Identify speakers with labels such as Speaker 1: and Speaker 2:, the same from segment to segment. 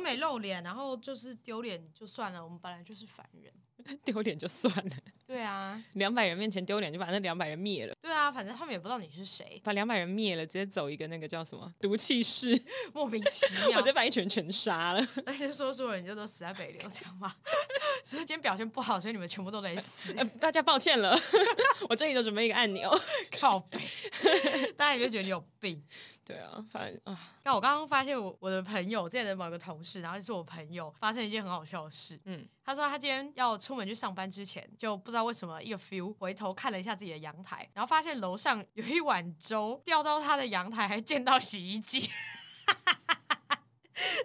Speaker 1: 没露脸，然后就是丢脸就算了，我们本来就是凡人。
Speaker 2: 丢脸就算了，
Speaker 1: 对啊，
Speaker 2: 两百人面前丢脸就把那两百人灭了，
Speaker 1: 对啊，反正他们也不知道你是 谁，
Speaker 2: 把两百人灭了，直接走一个那个叫什么毒气室，
Speaker 1: 莫名其
Speaker 2: 我
Speaker 1: 妙
Speaker 2: 直接。把一群人全杀了。
Speaker 1: 那些说书人就都死在北流，这样吗？ 所以今天表现不好，所以你们全部都得 死。
Speaker 2: 呃大家抱歉了， 我这里就准备一个按钮。
Speaker 1: 靠背， 大家也就觉得你有病。
Speaker 2: 对啊，反正啊，
Speaker 1: 那我刚刚发现我我的朋友，之前的某个同事，然后是我朋友，发生一件很好笑的事。
Speaker 2: 嗯，
Speaker 1: 他说他今天要出门去上班之前，就不知道为什么一个 feel 回头看了一下自己的阳台，然后发现楼上有一碗粥掉到他的阳台，还溅到洗衣机。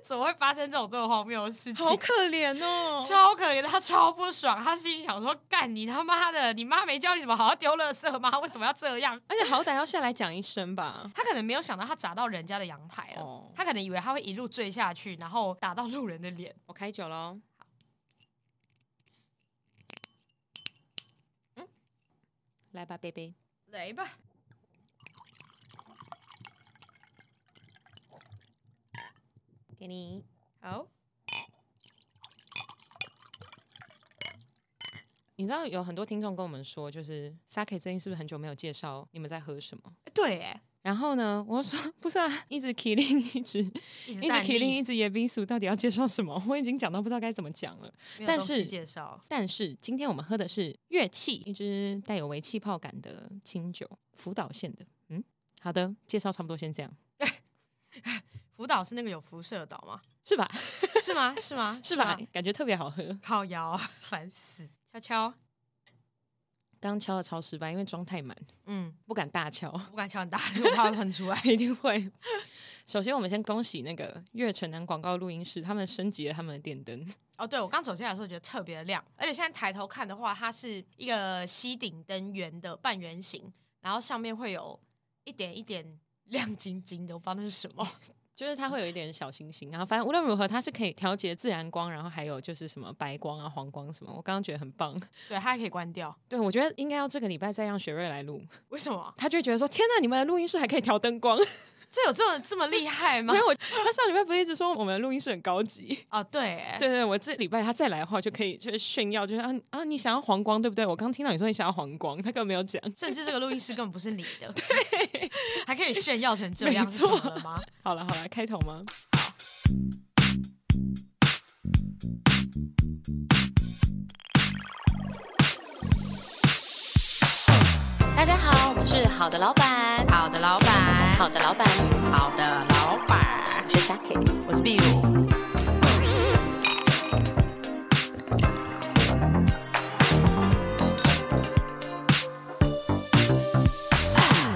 Speaker 1: 怎么会发生这种这么荒谬的事情？
Speaker 2: 好可怜哦。
Speaker 1: 超可怜的，他超不爽，他心里想说：“干你他妈的，你妈没教你怎么好好丢垃圾吗？为什么要这样
Speaker 2: 而且好歹要下来讲一声吧？”。
Speaker 1: 他可能没有想到他砸到人家的阳台了，
Speaker 2: 哦，
Speaker 1: 他可能以为他会一路坠下去，然后打到路人的脸。
Speaker 2: 我开酒喽。嗯来吧，贝贝。
Speaker 1: 来吧，
Speaker 2: 给你。
Speaker 1: 好，
Speaker 2: 你知道有很多听众跟我们说，就是 Saki 最近是不是很久没有介绍你们在喝什么？
Speaker 1: 对，哎，
Speaker 2: 然后呢，我就说不是啊，一直 killing，一直
Speaker 1: 一
Speaker 2: 一直 killing，一直野比鼠，到底要介绍什么？我已经讲到不知道该怎么讲了。但
Speaker 1: 但
Speaker 2: 是
Speaker 1: 是介绍
Speaker 2: 但是今天我们喝的是乐器，一支带有微气泡感的清酒，福岛县的。嗯，好的，介绍差不多先这样，
Speaker 1: 福岛是那个有辐射的岛吗？
Speaker 2: 是吧？
Speaker 1: 是吗？ 是吗？
Speaker 2: 是吧？？感觉特别好喝。
Speaker 1: 靠腰啊，烦死！悄悄，
Speaker 2: 刚敲的超失败，因为装太满，
Speaker 1: 嗯，
Speaker 2: 不敢大 敲，
Speaker 1: 我不敢敲很大力，我 怕会喷出来。
Speaker 2: 一定会。 首先，我们先恭喜那个月城南广告录音室，他们升级了他们的电灯，
Speaker 1: 哦，对，我刚走进来的时候觉得特别亮，而且现在抬头看的话，它是一个吸顶灯圆的半圆形，然后上面会有一点一点亮晶晶的，我不知道那是什么。
Speaker 2: 就是它会有一点小星星。然后，反正无论如何，它是可以调节自然光，然后还有就是什么白光啊、黄光什么。我刚刚觉得很棒，
Speaker 1: 对，它还可以关掉，
Speaker 2: 对我觉得应该要这个礼拜再让雪瑞来录，
Speaker 1: 为什么？
Speaker 2: 他就会觉得说：“天呐，你们的录音室还可以调灯光！”
Speaker 1: 这有这么这么厉害吗
Speaker 2: 没？有，我他上礼拜不是一直说我们的录音室很高级？
Speaker 1: 哦，对，哎
Speaker 2: 对对，我这礼拜他再来的话，就可以就是炫耀，就是啊啊，你想要黄光对不对？我刚听到你说你想要黄光，他根本没有讲。
Speaker 1: 甚至这个录音室根本不是你的， 对，还可以炫耀成这
Speaker 2: 没
Speaker 1: 样，是怎
Speaker 2: 错
Speaker 1: 么了吗？
Speaker 2: 好了好了，开头吗？
Speaker 3: 大家好，我们是好的老板，
Speaker 1: 好的，老板，
Speaker 3: 好的老板，
Speaker 1: 好的，老板
Speaker 3: 我，是 Saki。
Speaker 1: 我是壁如，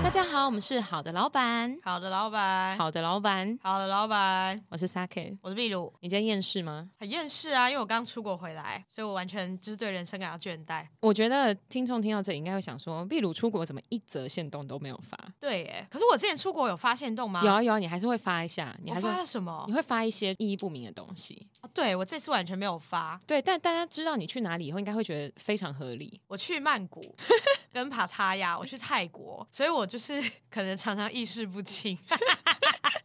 Speaker 2: 大家好，我们是好的老板，
Speaker 1: 好的，老板，
Speaker 2: 好的老板，
Speaker 1: 好的，老板，
Speaker 2: 我是 Saki。
Speaker 1: 我是壁如。
Speaker 2: 你今天厌世吗？
Speaker 1: 很厌世啊，因为我刚出国回来，所以我完全就是对人生感到倦怠。
Speaker 2: 我觉得听众听到这里应该会想说，秘鲁出国怎么一则限动都没有发？
Speaker 1: 对耶，可是我之前出国有发现动吗？
Speaker 2: 有，啊有啊，你还是会发一下，你
Speaker 1: 我
Speaker 2: 还是会
Speaker 1: 发了什么
Speaker 2: 你？会发一些意义不明的东西。
Speaker 1: 哦对我这次完全没有发。
Speaker 2: 对，但大家知道你去哪里以后，应该会觉得非常合理。
Speaker 1: 我去曼 谷跟帕塔亚，我去泰国，所以我就是 可能常常意识不清。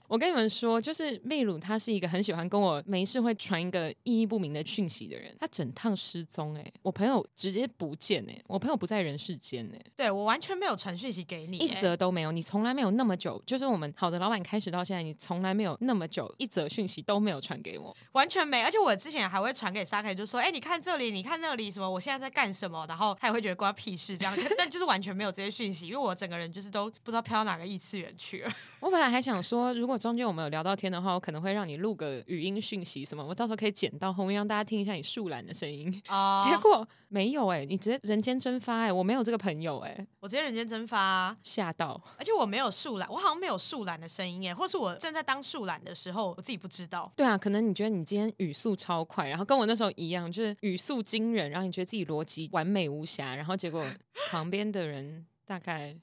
Speaker 2: 我跟你们说，就是秘鲁，他是一个很喜欢跟我没事会传一个意义不明的讯息的人。他整趟失踪、欸，我朋友直接不见、欸，我朋友不在人世间、欸，
Speaker 1: 对我完全没有传讯息给你耶，
Speaker 2: 一则都没有，你从来没有那么久，就是我们好的老板开始到现在，你从来没有那么久一则讯息都没有传给我。
Speaker 1: 完全没。而且我之前还会传给沙凯，就说：“哎、你看这里，你看那里，什么？我现在在干什么？”然后他也会觉得关他屁事这样，但就是完全没有这些讯息，因为我整个人就是都不知道飘到哪个异次元去了。
Speaker 2: 我本来还想说，如果中间我们有聊到天的话，我可能会让你录个语音讯息什么，我到时候可以剪到后面让大家听一下你树懒的声音。
Speaker 1: 哦
Speaker 2: 结果没有哎、你直接人间蒸发哎、我没有这个朋友哎、
Speaker 1: 我直接人间蒸发啊、
Speaker 2: 吓到。
Speaker 1: 而且我没有树懒，我好像没有树懒的声音耶，或是我正在当树懒的时候，我自己不知道。
Speaker 2: 对啊，可能你觉得你今天语速超快，然后跟我那时候一样，就是语速惊人，然后你觉得自己逻辑完美无瑕，然后结 果旁边的人大概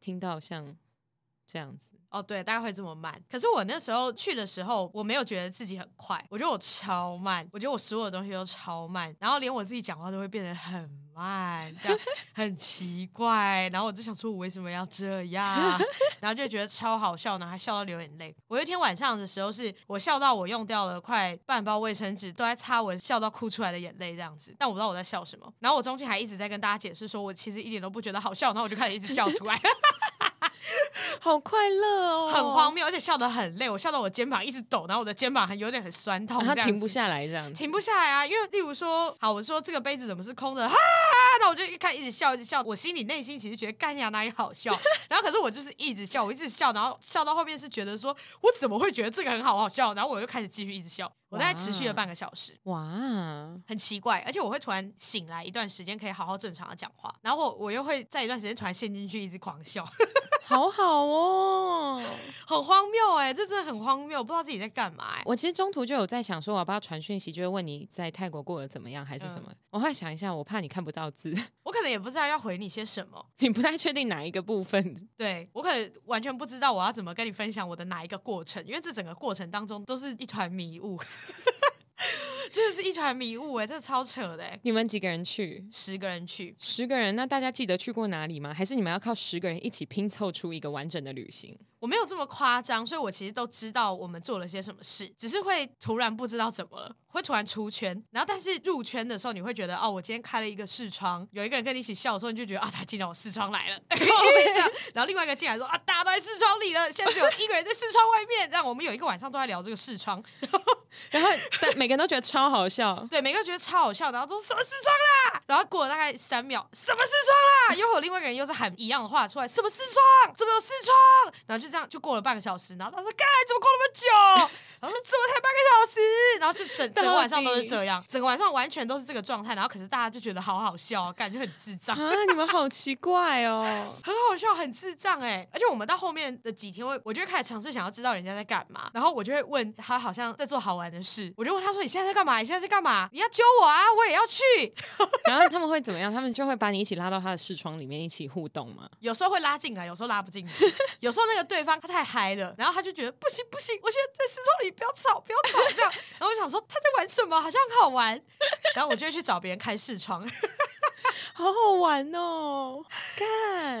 Speaker 2: 听到像这样子，
Speaker 1: 哦，对，大概会这么慢。可是我那时候去的时候，我没有觉得自己很快，我觉得我超慢，我觉得我所有的东西都超慢，然后连我自己讲话都会变得很慢。慢，这样很奇怪。然后我就想说，我为什么要这样？然后就觉得超好笑，然后还笑到流眼泪。我有一天晚上的时候是，我笑到我用掉了快半包卫生纸，都在擦我笑到哭出来的眼泪这样子。但我不知道我在笑什么。然后我中间还一直在跟大家解释，说我其实一点都不觉得好笑，然后我就开始一直笑出来。
Speaker 2: 好快乐哦，
Speaker 1: 很荒谬，而且笑得很累，我笑到我肩膀一直抖，然后我的肩膀还有点很酸痛，
Speaker 2: 然后
Speaker 1: 这样
Speaker 2: 啊停不
Speaker 1: 子，
Speaker 2: 下来这样子。
Speaker 1: 停不下来啊！因为例如说，好，我说这个杯子怎么是空的？哈、那我就一开始一直笑，一直笑，我心里内心其实觉得干呀哪里好 笑，然后可是我就是一直笑，我一直笑，然后笑到后面是觉得说我怎么会觉得这个很好好笑，然后我又开始继续一直笑，我大概持续了半个小时。
Speaker 2: 哇，
Speaker 1: 很奇怪，而且我会突然醒来一段时间，可以好好正常的讲话，然后我我又会在一段时间突然陷进去，一直狂笑，
Speaker 2: 好好 哦！
Speaker 1: 很荒谬哎、这真的很荒谬，不知道自己在干嘛哎、
Speaker 2: 我其实中途就有在想说，我要不要传讯息，就是问你在泰国过得怎么样，还是什么？我后来想一下，我怕你看不到字，
Speaker 1: 我可能也不知道要回你些什么，
Speaker 2: 你不太确定哪一个部分。
Speaker 1: 对我可能完全不知道我要怎么跟你分享我的哪一个过程，因为这整个过程当中都是一团迷雾， 真的是一团迷雾哎、这超扯的哎、
Speaker 2: 你们几个人去？
Speaker 1: 十个人去，
Speaker 2: 十个人，那大家记得去过哪里吗？还是你们要靠十个人一起拼凑出一个完整的旅行？
Speaker 1: 我没有这么夸张，所以我其实都知道我们做了些什么事，只是会突然不知道怎么了，会突然出圈，然后但是入圈的时候，你会觉得哦，我今天开了一个视窗，有一个人跟你一起笑的时候，你就觉得啊，他进到我视窗来了， 这样然后另外一个进来说啊，大家都在视窗里了，现在只有一个人在视窗外面，让我们有一个晚上都在聊这个视窗，
Speaker 2: 然后但每个人都觉得超好笑，
Speaker 1: 对，每个人觉得超好笑，然后说什么视窗啦，然后过了大概三秒，什么视窗啦，又会有另外一个人又是喊一样的话出来，什么视窗，怎么有视窗，然后就这样就过了半个小时，然后他说，干，怎么过那么久？然后说怎么才半个小时？然后就整整个晚上都是这样，整个晚上完全都是这个状态，然后可是大家就觉得好好笑啊，感觉很智障。
Speaker 2: 啊，你们好奇怪哦！
Speaker 1: 很好笑，很智障哎、而且我们到后面的几天，我我就会开始尝试想要知道人家在干嘛，然后我就会问他，好像在做好玩的事，我就问他说：“你现在在干嘛？你现在在干嘛？你要揪我啊，我也要去。
Speaker 2: 然后他们会怎么样？他们就会把你一起拉到他的视窗里面一起互动吗？”
Speaker 1: 有时候会拉进来，有时候拉不 进来，有时候那个对方他太嗨了，然后他就觉得不行不行，我现在在私窗里，不要吵不要吵这样。然后我想说他在玩什么，好像很好玩，然后我就会去找别人开视窗，
Speaker 2: 好好玩哦！看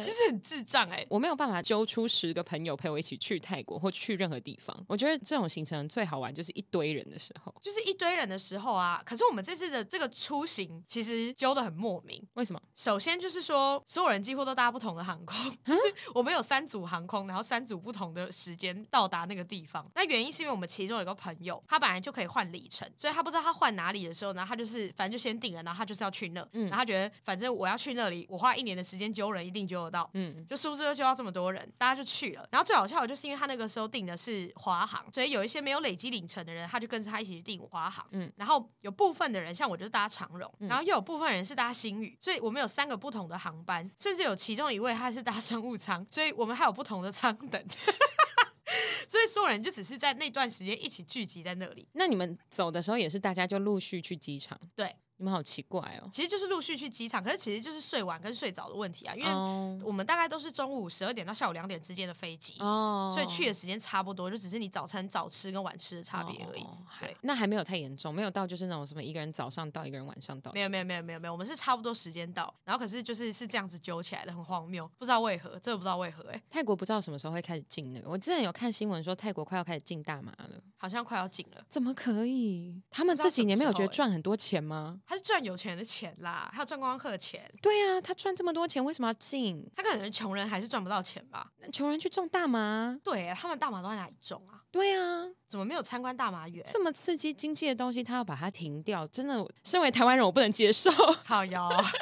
Speaker 1: 其实很智障哎、
Speaker 2: 我没有办法揪出十个朋友陪我一起去泰国或去任何地方。我觉得这种行程最好玩就是一堆人的时候。
Speaker 1: 就是一堆人的时候啊，可是我们这次的这个出行其实揪的很莫名，
Speaker 2: 为什么？
Speaker 1: 首先就是说，所有人几乎都搭不同的航空，就是我们有三组航空，然后三组不同的时间到达那个地方。那原因是因为我们其中有一个朋友，他本来就可以换里程，所以他不知道他换哪里的时候，然后他就是反正就先定了，然后他就是要去那，然后他觉得反正我要去那里，我花一年的时间揪人一定揪得到，
Speaker 2: 嗯，
Speaker 1: 就殊不知就揪到这么多人，大家就去了。然后最好笑的就是因为他那个时候订的是华航，所以有一些没有累积里程的人，他就跟着他一起去订华航。
Speaker 2: 嗯
Speaker 1: 嗯，然后有部分的人像我就是搭长荣，然后又有部分人是搭新宇，所以我们有三个不同的航班，甚至有其中一位他是搭商务舱，所以我们还有不同的舱等。 所以所有人就只是在那段时间一起聚集在那里，
Speaker 2: 那你们走的时候也是大家就陆续去机场？
Speaker 1: 对，
Speaker 2: 你们好奇怪哦。
Speaker 1: 其实就是陆续去机场，可是其实就是睡晚跟睡早的问题啊，因为
Speaker 2: 哦
Speaker 1: 我们大概都是中午十二点到下午两点之间的飞机
Speaker 2: 哦
Speaker 1: 所以去的时间差不多，就只是你早餐早吃跟晚吃的差别而已。
Speaker 2: 哦还
Speaker 1: 对，
Speaker 2: 那还没有太严重，没有到就是那种什么一个人早上到，一个人晚上到。
Speaker 1: 没有没有没有没有没有，我们是差不多时间到，然后可是就是是这样子揪起来的，很荒谬，不知道为何，真的不知道为何、欸，哎，
Speaker 2: 泰国不知道什么时候会开始禁那个。我之前有看新闻说泰国快要开始禁大麻了，
Speaker 1: 好像快要紧了。
Speaker 2: 怎么可以？他们
Speaker 1: 不知
Speaker 2: 这
Speaker 1: 道
Speaker 2: 几年没有觉得
Speaker 1: 什么时候欸
Speaker 2: 赚很多钱吗？
Speaker 1: 他是赚有钱人的钱啦，还有赚观光客的钱，
Speaker 2: 对啊，他赚这么多钱，为什么要禁？
Speaker 1: 他可能穷人还是赚不到钱吧？
Speaker 2: 那穷人去种大麻？
Speaker 1: 对、欸他们大麻都在哪里种啊？
Speaker 2: 对啊，
Speaker 1: 怎么没有参观大麻园？
Speaker 2: 这么刺激经济的东西，他要把它停掉，真的，身为台湾人，我不能接受。
Speaker 1: 靠腰，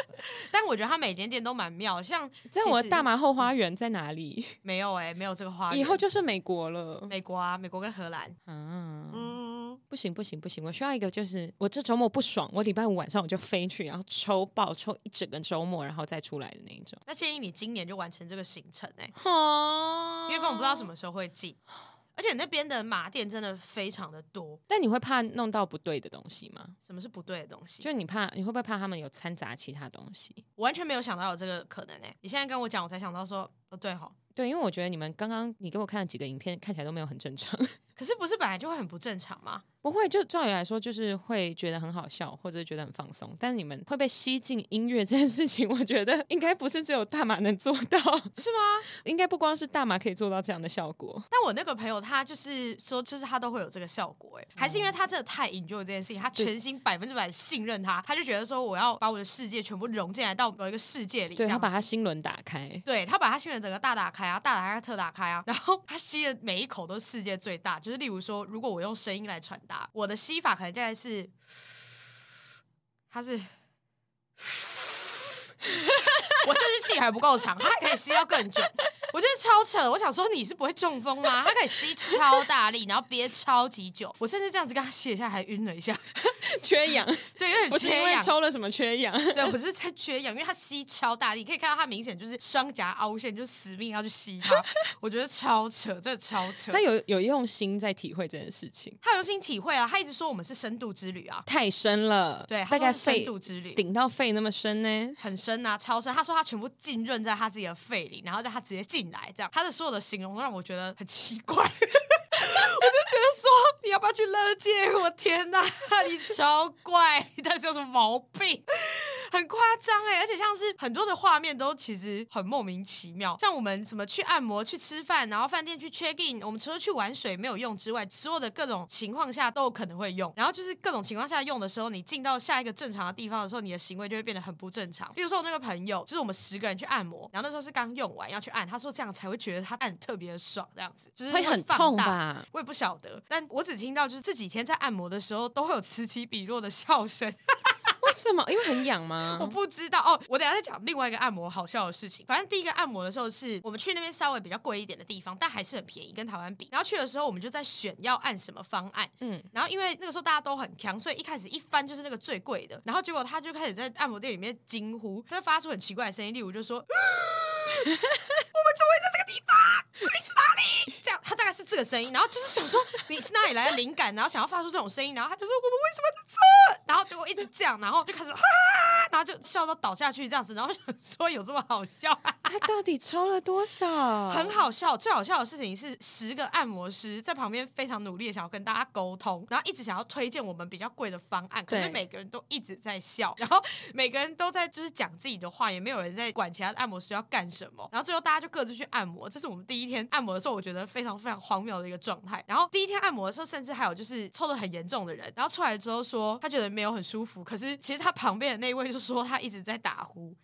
Speaker 1: 但我觉得他每间店都蛮妙，像
Speaker 2: 这样我
Speaker 1: 其实
Speaker 2: 的大麻后花园在哪里？
Speaker 1: 没有哎、没有这个花园，
Speaker 2: 以后就是美国了。
Speaker 1: 美国啊，美国跟荷兰，
Speaker 2: 啊，
Speaker 1: 嗯，
Speaker 2: 不行不行不行，我需要一个，就是我这周末不爽，我礼拜五晚上我就飞去，然后抽爆抽一整个周末，然后再出来的那一种。
Speaker 1: 那建议你今年就完成这个行程哎、
Speaker 2: 哦，
Speaker 1: 因为根本不知道什么时候会进。而且那边的麻店真的非常的多，
Speaker 2: 但你会怕弄到不对的东西吗？
Speaker 1: 什么是不对的东西？就
Speaker 2: 就你怕，你会不会怕他们有掺杂其他东西？
Speaker 1: 我完全没有想到有这个可能哎、你现在跟我讲，我才想到说，哦对哈，
Speaker 2: 对，因为我觉得你们刚刚你给我看的几个影片看起来都没有很正常，
Speaker 1: 可是不是本来就会很不正常吗？
Speaker 2: 不会，就照理来说，就是会觉得很好笑，或者觉得很放松。但是你们会被吸进音乐这件事情，我觉得应该不是只有大马能做到，
Speaker 1: 是吗？
Speaker 2: 应该不光是大马可以做到这样的效果。
Speaker 1: 但我那个朋友他就是说，就是他都会有这个效果、欸，哎，还是因
Speaker 2: 哦
Speaker 1: 为他真的太 enjoy 这件事情，他全心百分之百信任他，他就觉得说我要把我的世界全部融进来到某一个世界里，这
Speaker 2: 对他
Speaker 1: 样
Speaker 2: 把
Speaker 1: 子
Speaker 2: 他心轮打 开，
Speaker 1: 对他把他新人整个大打开啊，大打开特打开啊，然后他吸的每一口都是世界最大。就是例如说，如果我用声音来传达，我的吸法可能现在是，他是，我甚至气还不够长，他还可以吸到更久。我觉得超扯的，我想说你是不会中风吗？他可以吸超大力，然后憋超级久。我甚至这样子跟他吸一下，还晕了一下，
Speaker 2: 缺氧，
Speaker 1: 对，有点
Speaker 2: 不是因
Speaker 1: 缺
Speaker 2: 为
Speaker 1: 氧。啊
Speaker 2: 抽了什么缺氧，
Speaker 1: 对，不是在缺氧，因为他吸超大力，可以看到他明显就是双颊凹陷，就死命要去吸它。我觉得超扯，真的超 扯
Speaker 2: 他。有有用心在体会这件事情，
Speaker 1: 他有心体会啊，他一直说我们是深度之旅啊，
Speaker 2: 太深了，
Speaker 1: 对，
Speaker 2: 大
Speaker 1: 他
Speaker 2: 概
Speaker 1: 说是深
Speaker 2: 肺
Speaker 1: 度之旅。
Speaker 2: 顶到肺那么深呢。
Speaker 1: 很深啊，超深。他说他全部浸润在他自己的肺里，然后让他直接进来，这样他的所有的形容都让我觉得很奇怪。我 就觉得说， 你要不要去乐界？我天哪，你超怪，你到底是有什么毛病？很夸张哎，而且像是很多的画面都其实很莫名其妙，像我们什么去按摩、去吃饭，然后饭店去 check in，我们除了去玩水没有用之外，所有的各种情况下都有可能会用。然后就是各种情况下用的时候，你进到下一个正常的地方的时候，你的行为就会变得很不正常。比如说我那个朋友，就是我们十个人去按摩，然后那时候是刚用完要去按，他说这样才会觉得他按得特别的爽，这样子就是
Speaker 2: 会很
Speaker 1: 放
Speaker 2: 痛
Speaker 1: 大
Speaker 2: 吧？
Speaker 1: 我也不晓得，但我只听到就是这几天在按摩的时候都会有此起彼落的笑声，
Speaker 2: 为什么？因为很痒吗？
Speaker 1: 我不知道哦。我等一下再讲另外一个按摩好笑的事情。反正第一个按摩的时候是我们去那边稍微比较贵一点的地方，但还是很便宜，跟台湾比。然后去的时候我们就在选要按什么方案，
Speaker 2: 嗯，
Speaker 1: 然后因为那个时候大家都很强，所以一开始一翻就是那个最贵的。然后结果他就开始在按摩店里面惊呼，他就发出很奇怪的声音，例如就说：“我们怎么会在这个地方？这里是哪里？”这样，他大概是这个声音。然后就是想说你是哪里来的灵感，然后想要发出这种声音，然后他就说：“我们为什么在这？”然后结果一直这样，然后就开始哈、啊，然后就笑到倒下去这样子。然后想说有这么好笑、
Speaker 2: 他到底抽了多少？
Speaker 1: 很好笑。最好笑的事情是，十个按摩师在旁边非常努力的想要跟大家沟通，然后一直想要推荐我们比较贵的方案，可
Speaker 2: 对
Speaker 1: 是每个人都一直在笑，然后每个人都在就是讲自己的话，也没有人在管其他的按摩师要干什么。然后最后大家就各自去按摩，这是我们第一天按摩的时候，我觉得非常非常荒谬的一个状态。然后第一天按摩的时候，甚至还有就是抽的很严重的人，然后出来之后说他觉得没有很舒服，可是其实他旁边的那一位就说他一直在打呼，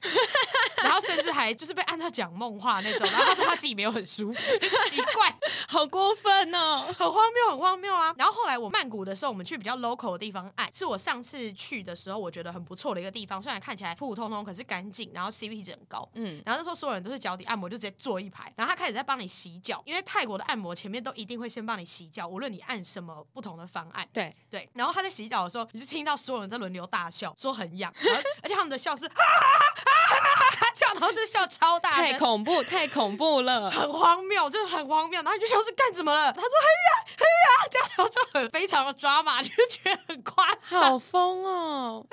Speaker 1: 然后甚至还就是被按到讲梦话那种，然后他说他自己没有很舒服， 奇怪，
Speaker 2: 好过分哦！
Speaker 1: 很荒谬，很荒谬啊！然后后来我曼谷的时候，我们去比较 local 的地方按，是我上次去的时候我觉得很不错的一个地方，虽然看起来普普通通，可是干净，然后 CP 值很高。
Speaker 2: 嗯，
Speaker 1: 然后那时候所有人都是脚底按摩，就直接坐一排，然后他开始在帮你洗脚，因为泰国的按摩前面都一定会先帮你洗脚，无论你按什么不同的方案。
Speaker 2: 对，
Speaker 1: 对，然后他在洗澡的时候，你就听到所有人在轮流大笑，说很痒，然后而且他们的笑是哈哈哈哈哈哈这样，然后就笑超大
Speaker 2: 太
Speaker 1: 声。
Speaker 2: 恐怖，太恐怖 了！
Speaker 1: 很荒谬，就是很荒谬，然后你就想是干什么了？他说哎呀哎呀，这样然后就很非常的抓马，就觉得很夸张，
Speaker 2: 好疯哦！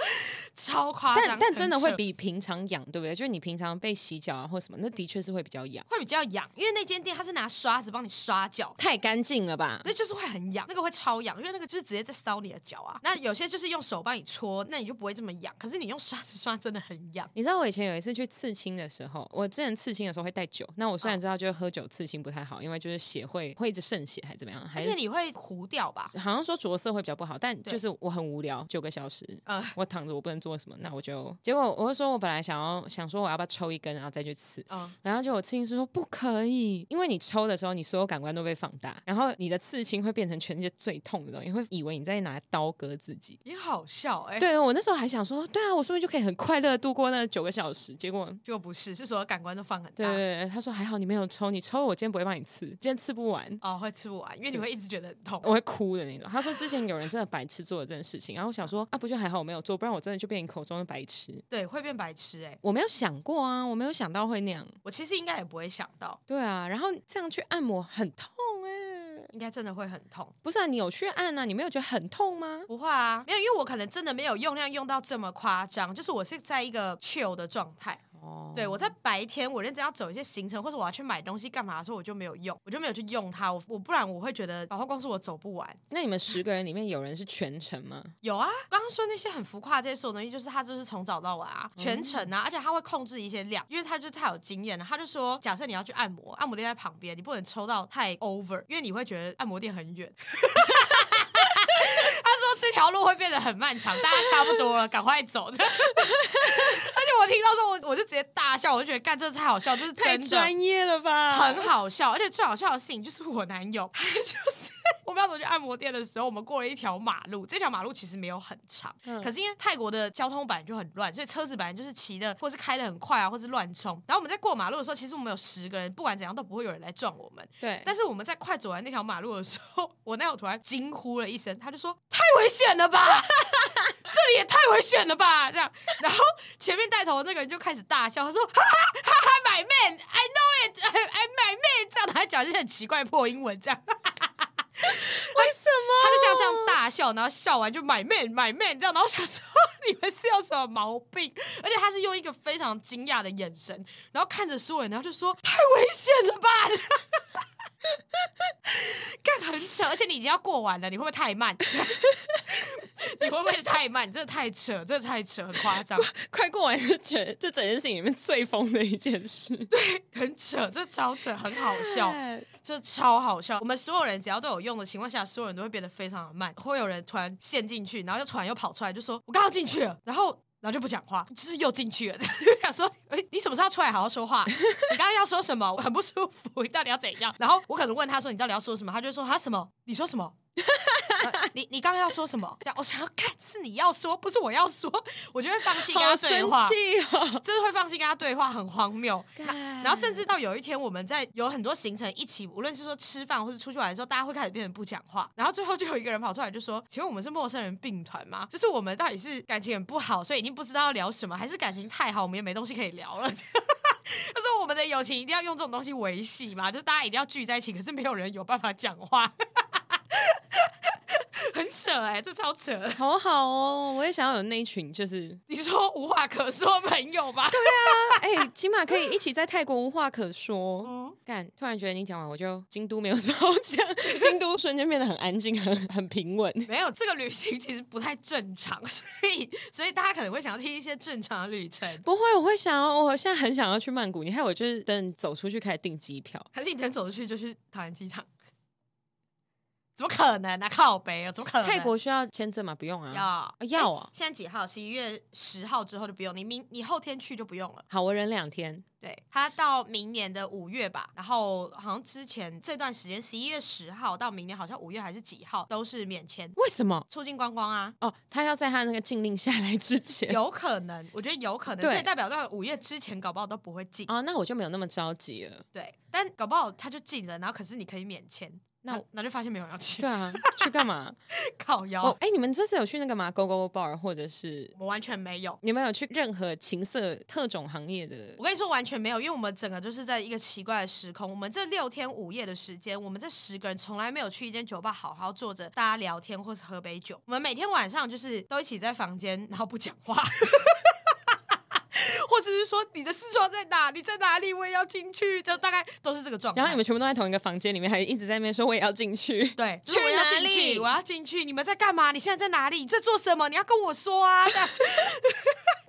Speaker 1: 超夸张。
Speaker 2: 但但真的
Speaker 1: 很
Speaker 2: 会
Speaker 1: 扯
Speaker 2: 比平常痒，对不对？就是你平常被洗脚啊或什么，那的确是会比较痒，
Speaker 1: 会比较痒，因为那间店他是拿刷子帮你刷脚，
Speaker 2: 太干净了吧？
Speaker 1: 那就是会很痒，那个会超痒，因为那个就是直接在搔你的脚啊。那有些就是用手帮你搓，那你就不会这么痒。可是你用刷子刷真的很痒，
Speaker 2: 你知道我以前有一次去刺青的时候，我之前刺青的时候会带酒。那我虽然
Speaker 1: 嗯
Speaker 2: 知道就是喝酒刺青不太好，因为就是血会会一直渗血还是怎么样，
Speaker 1: 而
Speaker 2: 还
Speaker 1: 且
Speaker 2: 是
Speaker 1: 你会糊掉吧？
Speaker 2: 好像说着色会比较不好。但
Speaker 1: 对
Speaker 2: 就是我很无聊，九个小时，
Speaker 1: 嗯
Speaker 2: 我躺着我不能做什么，那我就结果我就说我本来想要想说我要不要抽一根，然后再去刺。
Speaker 1: 嗯，
Speaker 2: 然后就我刺青师说不可以，因为你抽的时候，你所有感官都被放大，然后你的刺青会变成全世界最痛的东西，你会以为你在拿刀割自己。
Speaker 1: 也好笑哎、，
Speaker 2: 对我那时候还想说，对啊，我说不定就可以很快乐地度过那九个小时。 结果
Speaker 1: 就不是，是所有感官都放很
Speaker 2: 对
Speaker 1: 大。
Speaker 2: 对对，他说还好你没有抽，你抽我今天不会帮你刺，今天刺不完。
Speaker 1: 哦，会吃不完，因为你会一直觉得很痛。
Speaker 2: 我会哭的那种。他说之前有人真的白痴做了这件事情，然后我想说啊，不就还好我没有做，不然我真的就变你口中的白痴。
Speaker 1: 对，会变白痴哎、
Speaker 2: 我没有想过啊，我没有想到会那样。
Speaker 1: 我其实应该也不会想到，
Speaker 2: 对啊，然后这样去按摩很痛哎、
Speaker 1: 应该真的会很痛。
Speaker 2: 不是啊，你有去按啊，你没有觉得很痛吗？
Speaker 1: 不会啊，没有，因为我可能真的没有用量用到这么夸张，就是我是在一个 chill 的状态，
Speaker 2: 哦
Speaker 1: 对我在白天我认真要走一些行程，或者我要去买东西干嘛的时候，我就没有用，我就没有去用它。我我不然我会觉得百货公司我走不完。
Speaker 2: 那你们十个人里面有人是全程吗？
Speaker 1: 有啊，刚刚说那些很浮夸的这些所有东西，就是他就是从早到晚啊，全程啊，而且他会控制一些量，因为他就太有经验了。他就说，假设你要去按摩，按摩店在旁边，你不能抽到太 over，因为你会觉得按摩店很远。 他说这条路会变得很漫长，大家差不多了，赶快走。 而且我听到说，我我就直接大笑，我就觉得干这太好笑，这是真的。
Speaker 2: 业了吧
Speaker 1: 很好笑，而且最好笑的事情就是我男友，他 就是我们要走去按摩店的时候，我们过了一条马路，这条马路其实没有很长，
Speaker 2: 嗯
Speaker 1: 可是因为泰国的交通本来就很乱，所以车子本来就是骑的或是开的很快啊，或是乱冲。然后我们在过马路的时候，其实我们有十个人，不管怎样都不会有人来撞我们。
Speaker 2: 对，
Speaker 1: 但是我们在快走完那条马路的时候， 我男友突然惊呼了一声，他就说：“太危险了吧！” 这里也太危险了吧！这样，然后前面带头的那个人就开始大笑，他说：“哈哈哈哈，买妹，I know it，I I 买妹。”这样他还讲一些很奇怪的破英文，这样。
Speaker 2: 为什么？
Speaker 1: 他就像这样大笑，然后笑完就买面买面这样，然后我想说 你们是有什么毛病？而且他是用一个非常惊讶的眼神，然后看着所有人，然后就说太危险了吧。干很扯，而且你已经要过完了，你会不会太慢？ 你会不会太慢？你真的太扯，真的太扯，很夸张，
Speaker 2: 快过完这整这整件事情里面最疯的一件事，
Speaker 1: 很扯，这超扯，很好笑。
Speaker 2: 对，
Speaker 1: 这超好笑。我们所有人只要都有用的情况下，所有人都会变得非常的慢，会有人突然陷进去，然后就突然又跑出来，就说：“我刚刚进去了。”然后。然后就不讲话，就是又进去了。 就想说，哎、你什么时候要出来好好说话？你刚刚要说什么？我很不舒服，你到底要怎样？然后我可能问他说，你到底要说什么？他就说他什么？你说什么？ 呃你你刚刚要说什么？这样我想要看是你要说，不是我要说，我就会放弃跟
Speaker 2: 好
Speaker 1: 他
Speaker 2: 生
Speaker 1: 对话。
Speaker 2: 气啊哦！
Speaker 1: 真的会放弃跟他对话，很荒谬。那
Speaker 2: 干
Speaker 1: 然后甚至到有一天，我们在有很多行程一起，无论是说吃饭或是出去玩的时候，大家会开始变得不讲话。然后最后就有一个人跑出来就说：“请问我们是陌生人病团吗？就是我们到底是感情很不好，所以已经不知道要聊什么，还是感情太好，我们也没东西可以聊了？” 他说：“我们的友情一定要用这种东西维系嘛，就大家一定要聚在一起，可是没有人有办法讲话， 很扯哎、这超扯的。
Speaker 2: 好好哦，我也想要有那一群， 就是
Speaker 1: 你说无话可说朋友吧？
Speaker 2: 哎、起码可以一起在泰国无话可说。
Speaker 1: 嗯
Speaker 2: 干，突然觉得你讲完，我就京都没有什么好讲， 京都瞬间变得很安静，很很平稳。
Speaker 1: 没有，这个旅行其实不太正常， 所以所以大家可能会想要听一些正常的旅程。
Speaker 2: 不会，我会想要，我现在很想要去曼谷。你看，我就是等走出去开始订机票，
Speaker 1: 还是你等走出去就去桃园机场？怎么可能啊？靠北啊！怎么可能？
Speaker 2: 泰国需要签证吗？不用啊，
Speaker 1: 要、哎
Speaker 2: 啊要啊。
Speaker 1: 现在几号？十一月十号之后就不用，你明你后天去就不用了。
Speaker 2: 好，我忍两天。
Speaker 1: 对，它到明年的五月吧，然后好像之前这段时间十一月十号到明年好像五月还是几号都是免签，
Speaker 2: 为什么？
Speaker 1: 促进观光 啊。
Speaker 2: 哦，他要在他那个禁令下来之前。
Speaker 1: 有可能，我觉得有可能，
Speaker 2: 对
Speaker 1: 所以代表到五月之前，搞不好都不会进。
Speaker 2: 哦，那我就没有那么着急了。
Speaker 1: 对，但搞不好他就进了，然后可是你可以免签，
Speaker 2: 那
Speaker 1: 那那就发现没有人要去
Speaker 2: 对，啊，去干嘛？
Speaker 1: 靠
Speaker 2: 哦
Speaker 1: 腰，，
Speaker 2: 哎、你们这次有去那个吗？Go Go Bar，或者是
Speaker 1: 我完全没有。
Speaker 2: 你们有去任何情色特种行业的
Speaker 1: 我跟你说，完全没有，因为我们整个就是在一个奇怪的时空。我们这六天五夜的时间，我们这十个人从来没有去一间酒吧好好坐着，大家聊天或是喝杯酒。我们每天晚上就是都一起在房间，然后不讲话， 或者是说你的私窗在哪？你在哪里？我也要进去，就大概都是这个状态。
Speaker 2: 然后你们全部都在同一个房间里面，还一直在那边说我也要进去。
Speaker 1: 对，
Speaker 2: 去
Speaker 1: 就是我要
Speaker 2: 哪
Speaker 1: 进去
Speaker 2: 里
Speaker 1: 我要进去，你们在干嘛？你现在在哪里？你在做什么？你要跟我说啊！这样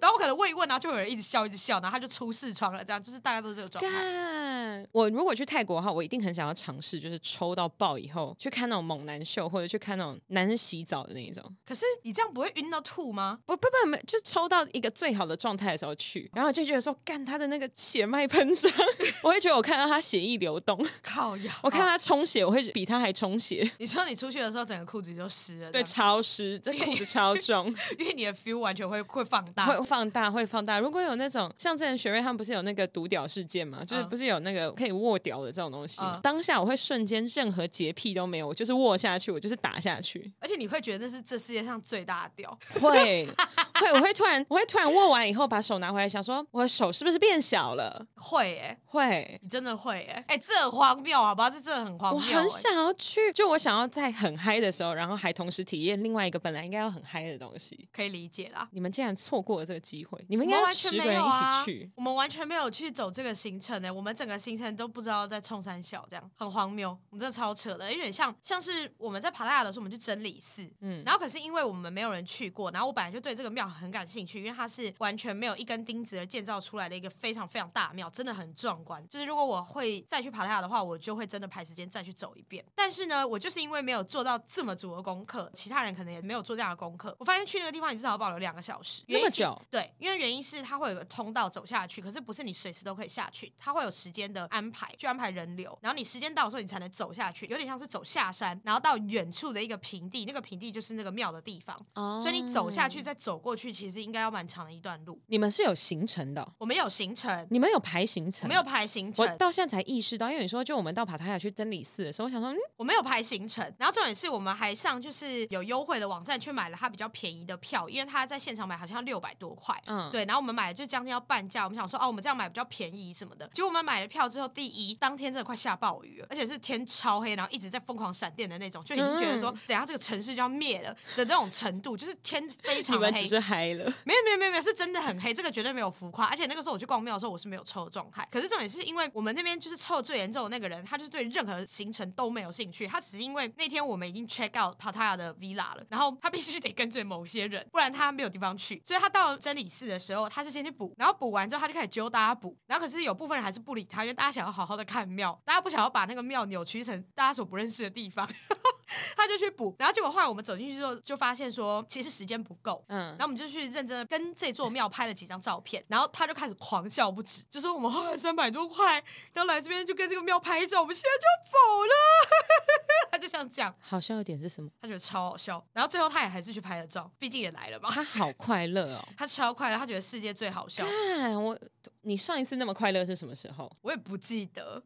Speaker 1: 然后我可能问一问，然后就有人一直笑，一直笑，然后他就出视窗了，这样就是大家都是这个状态。
Speaker 2: 干！我如果去泰国的话，我一定很想要尝试，就是抽到爆以后去看那种猛男秀，或者去看那种男人洗澡的那一种。
Speaker 1: 可是你这样不会晕到吐 吗？
Speaker 2: 不不不，没就抽到一个最好的状态的时候去，然后就觉得说，干他的那个血脉喷张， 我会觉得我看到他血液流动，
Speaker 1: 靠呀！
Speaker 2: 我看
Speaker 1: 哦
Speaker 2: 到他充血，我会比他还充血。
Speaker 1: 你说你出去的时候，整个裤子就湿了，这
Speaker 2: 对，
Speaker 1: 样
Speaker 2: 超湿，这裤子超重，
Speaker 1: 因为你的 feel 完全会会放大。
Speaker 2: 会放大，会放大。如果有那种像之前雪瑞他们不是有那个毒屌事件嘛，就是
Speaker 1: 嗯
Speaker 2: 不是有那个可以握屌的这种东西嘛
Speaker 1: 嗯
Speaker 2: 当下我会瞬间任何洁癖都没有，我 就是握下去，我就是打下去，
Speaker 1: 而且你会觉得那是这世界上最大的屌，
Speaker 2: 会，会，我会突然，我会突然握完以后把手拿回来，想说我的手是不是变小了？
Speaker 1: 会哎、
Speaker 2: 会，
Speaker 1: 你真的会哎、哎、这很荒谬好吧？这真的很荒
Speaker 2: 我
Speaker 1: 谬、
Speaker 2: 很
Speaker 1: 哎
Speaker 2: 想要去，就我想要在很嗨的时候，然后还同时体验另外一个本来应该要很嗨的东西。
Speaker 1: 可以理解啦。
Speaker 2: 你们竟然错过了这个机会，你们
Speaker 1: 我
Speaker 2: 应
Speaker 1: 们
Speaker 2: 该
Speaker 1: 完全
Speaker 2: 十个
Speaker 1: 没
Speaker 2: 人
Speaker 1: 有
Speaker 2: 一
Speaker 1: 啊
Speaker 2: 起去，。
Speaker 1: 我们完全没有去走这个行程欸呢、我们整个行程都不知道在冲山小，这样很荒谬。我们真的超扯的，有点像像是我们在爬大雅的时候，我们去真理寺，
Speaker 2: 嗯，
Speaker 1: 然后可是因为我们没有人去过，然后我本来就对这个庙很感兴趣，因为它是完全没有一根钉子而建造出来的一个非常非常大的庙，真的很壮观。就是如果我会再去爬塔的话，我就会真的排时间再去走一遍。但是呢，我就是因为没有做到这么足的功课，其他人可能也没有做这样的功课，我发现去那个地方你至少要保留两个小时，
Speaker 2: 那么
Speaker 1: 原因是
Speaker 2: 久
Speaker 1: 对，因为原因是它会有个通道走下去，可是不是你随时都可以下去，它会有时间的安排，去安排人流，然后你时间到的时候你才能走下去，有点像是走下山，然后到远处的一个平地，那个平地就是那个庙的地方，所以你走下去
Speaker 2: 哦，
Speaker 1: 再走过去，其实应该要蛮长的一段路。
Speaker 2: 你们是有行程的哦、
Speaker 1: 我们有行程，
Speaker 2: 你们有排行程，
Speaker 1: 我没有。排行程
Speaker 2: 我，到现在才意识到，因为你说就我们到帕塔亚去真理寺的时候，我想说，嗯，
Speaker 1: 我没有排行程，然后重点是我们还上就是有优惠的网站去买了它比较便宜的票，因为它在现场买好像六百多块，
Speaker 2: 嗯
Speaker 1: 对，然后我们买了就将近要半价，我们想说哦，我们这样买比较便宜什么的。结果我们买了票之后，第一当天真的快下暴雨了，而且是天超黑，然后一直在疯狂闪电的那种，就已经觉得
Speaker 2: 嗯
Speaker 1: 说、等一下这个城市就要灭了的那种程度，就是天非
Speaker 2: 你
Speaker 1: 常
Speaker 2: 们
Speaker 1: 黑
Speaker 2: 只。是嗨了，
Speaker 1: 没有没有没有没有，是真的很黑，这个绝对没有浮夸。而且那个时候我去逛庙的时候，我是没有抽的状态。可是重点是因为我们那边就是抽的最严重的那个人，他就是对任何行程都没有兴趣。他只是因为那天我们已经 check out Pattaya 的 villa 了，然后他必须得跟着某些人，不然他没有地方去。所以他到了真理寺的时候，他是先去补，然后补完之后他就开始揪大家补，然后可是有部分人还是不理他，因为大家想要好好的看庙，大家不想要把那个庙扭曲成大家所不认识的地方。 他就去补，然后结果后来我们走进去之后，就发现说其实时间不够，
Speaker 2: 嗯
Speaker 1: 然后，我们就去认真的跟这座庙拍了几张照片，然后他就开始狂笑不止，就说我们花了三百多块，然后来这边就跟这个庙拍照，我们现在就要走了。 他就像这样，
Speaker 2: 好笑的点是什么？
Speaker 1: 他觉得超好笑。然后最后他也还是去拍了照，毕竟也来了嘛。
Speaker 2: 他好快 乐哦！
Speaker 1: 他超快乐，他觉得世界最好笑。
Speaker 2: 看我，你上一次那么快乐是什么时候？
Speaker 1: 我也不记得，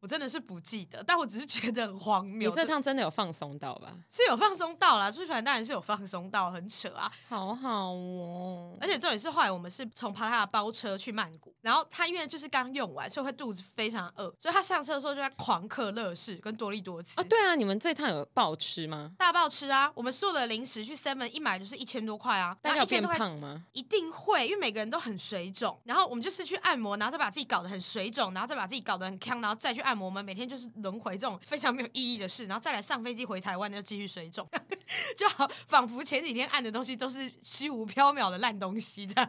Speaker 1: 我真的是不记得，但我只是觉得很荒
Speaker 2: 你
Speaker 1: 谬。
Speaker 2: 这趟真的有放松到吧？
Speaker 1: 是有放松到啦，出去团当然是有放松到，很扯啊。
Speaker 2: 好好哦，
Speaker 1: 而且重点是，后来我们是从帕塔的包车去曼谷，然后他因为就是刚用完，所以会肚子非常饿，所以他上车的时候就在狂嗑乐事跟多利多吃。
Speaker 2: 啊，对啊，你们这趟有暴吃吗？
Speaker 1: 大爆吃啊！我们所有的零食去 Seven 一买就是一千多块啊，
Speaker 2: 大
Speaker 1: 然
Speaker 2: 家
Speaker 1: 后
Speaker 2: 有
Speaker 1: 一千
Speaker 2: 变
Speaker 1: 多块
Speaker 2: 胖吗？
Speaker 1: 一定会，因为每个人都很水肿。然后我们就是去按摩，然后再把自己搞得很水肿，然后再把自己搞得很康，然后再去按摩。我们每天就是轮回这种非常没有意义的事，然后再来上飞机回台湾，就继续水肿， 就好仿佛前几天按的东西都是虚无缥缈的烂东西，这样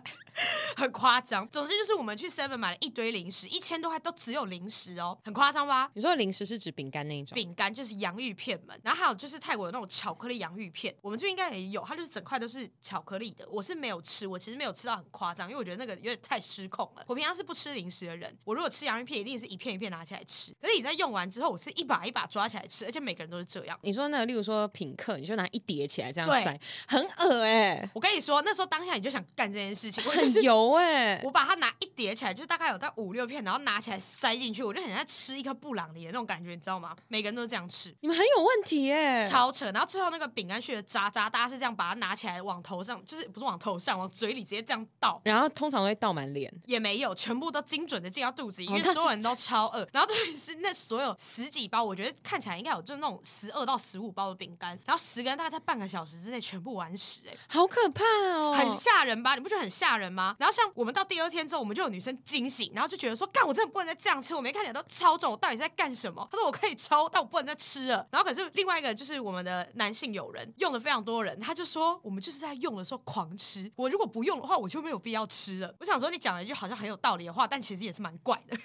Speaker 1: 很夸张。总之就是我们去 Seven 买了一堆零食，一千多块都只有零食哦，很夸张吧？
Speaker 2: 你说零食是指饼干那一种？
Speaker 1: 饼干就是洋芋片们，然后还有就是泰国有那种巧克力洋芋片，我们这边应该也有，它就是整块都是巧克力的。我是没有吃，我其实没有吃到很夸张，因为我觉得那个有点太失控了。我平常是不吃零食的人，我如果吃洋芋片，一定是一片一片拿起来吃。可是你在用完之后，我是一把一把抓起来吃，而且每个人都是这样。
Speaker 2: 你说那个，例如说品客，你就拿一叠起来这样
Speaker 1: 对
Speaker 2: 塞，很恶哎、
Speaker 1: 我跟你说，那时候当下你就想干这件事情，我就
Speaker 2: 很
Speaker 1: 是。
Speaker 2: 油哎、
Speaker 1: 我把它拿一叠起来，就大概有到五六片，然后拿起来塞进去，我就很像吃一颗布朗尼的那种感觉，你知道吗？每个人都是这样吃。
Speaker 2: 你们很有问题哎、
Speaker 1: 超扯。然后最后那个饼干屑的渣渣，大家是这样把它拿起来往头上，就是不是往头上，往嘴里直接这样倒。
Speaker 2: 然后通常会倒满脸，
Speaker 1: 也没有，全部都精准的进到肚子里，因为
Speaker 2: 哦那是
Speaker 1: 所有人都超饿。然后特别是那所有十几包，我觉得看起来应该有就是那种十二到十五包的饼干，然后十个人大概在半个小时之内全部完食、哎。
Speaker 2: 好可怕哦！
Speaker 1: 很吓人吧？你不觉得很吓人吗？然后像我们到第二天之后，我们就有女生惊醒，然后就觉得说，干，我真的不能再这样吃，我没看起来都超重，我到底是在干什么？她说我可以抽，但我不能再吃了。然后可是另外一个就是我们的男性友人用了非常多人，他就说我们就是在用的时候狂吃，我如果不用的话，我就没有必要吃了。我想说你讲了一句好像很有道理的话，但其实也是蛮怪的。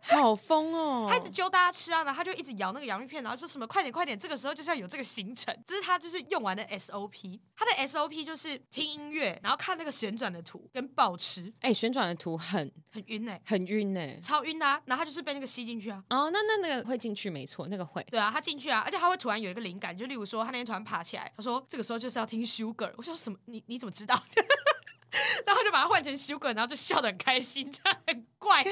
Speaker 2: 好疯哦！
Speaker 1: 他一直揪大家吃啊，然后他就一直摇那个洋芋片，然后就什么快点快点，这个时候就是要有这个行程，这是他就是用完的 SOP。他的 SOP 就是听音乐，然后看那个旋转的图跟暴吃，
Speaker 2: 哎、旋转的图很
Speaker 1: 很晕哎、
Speaker 2: 很晕哎、
Speaker 1: 超晕的、啊。然后他就是被那个吸进去啊，
Speaker 2: 哦，那那那个会进去没错，那个会。
Speaker 1: 对啊，他进去啊，而且他会突然有一个灵感，就例如说他那天突然爬起来，他说这个时候就是要听 Sugar，我说什么？你你怎么知道？ 然后就把它换成 Sugar，然后就笑得很开心，这样很怪。
Speaker 2: 看，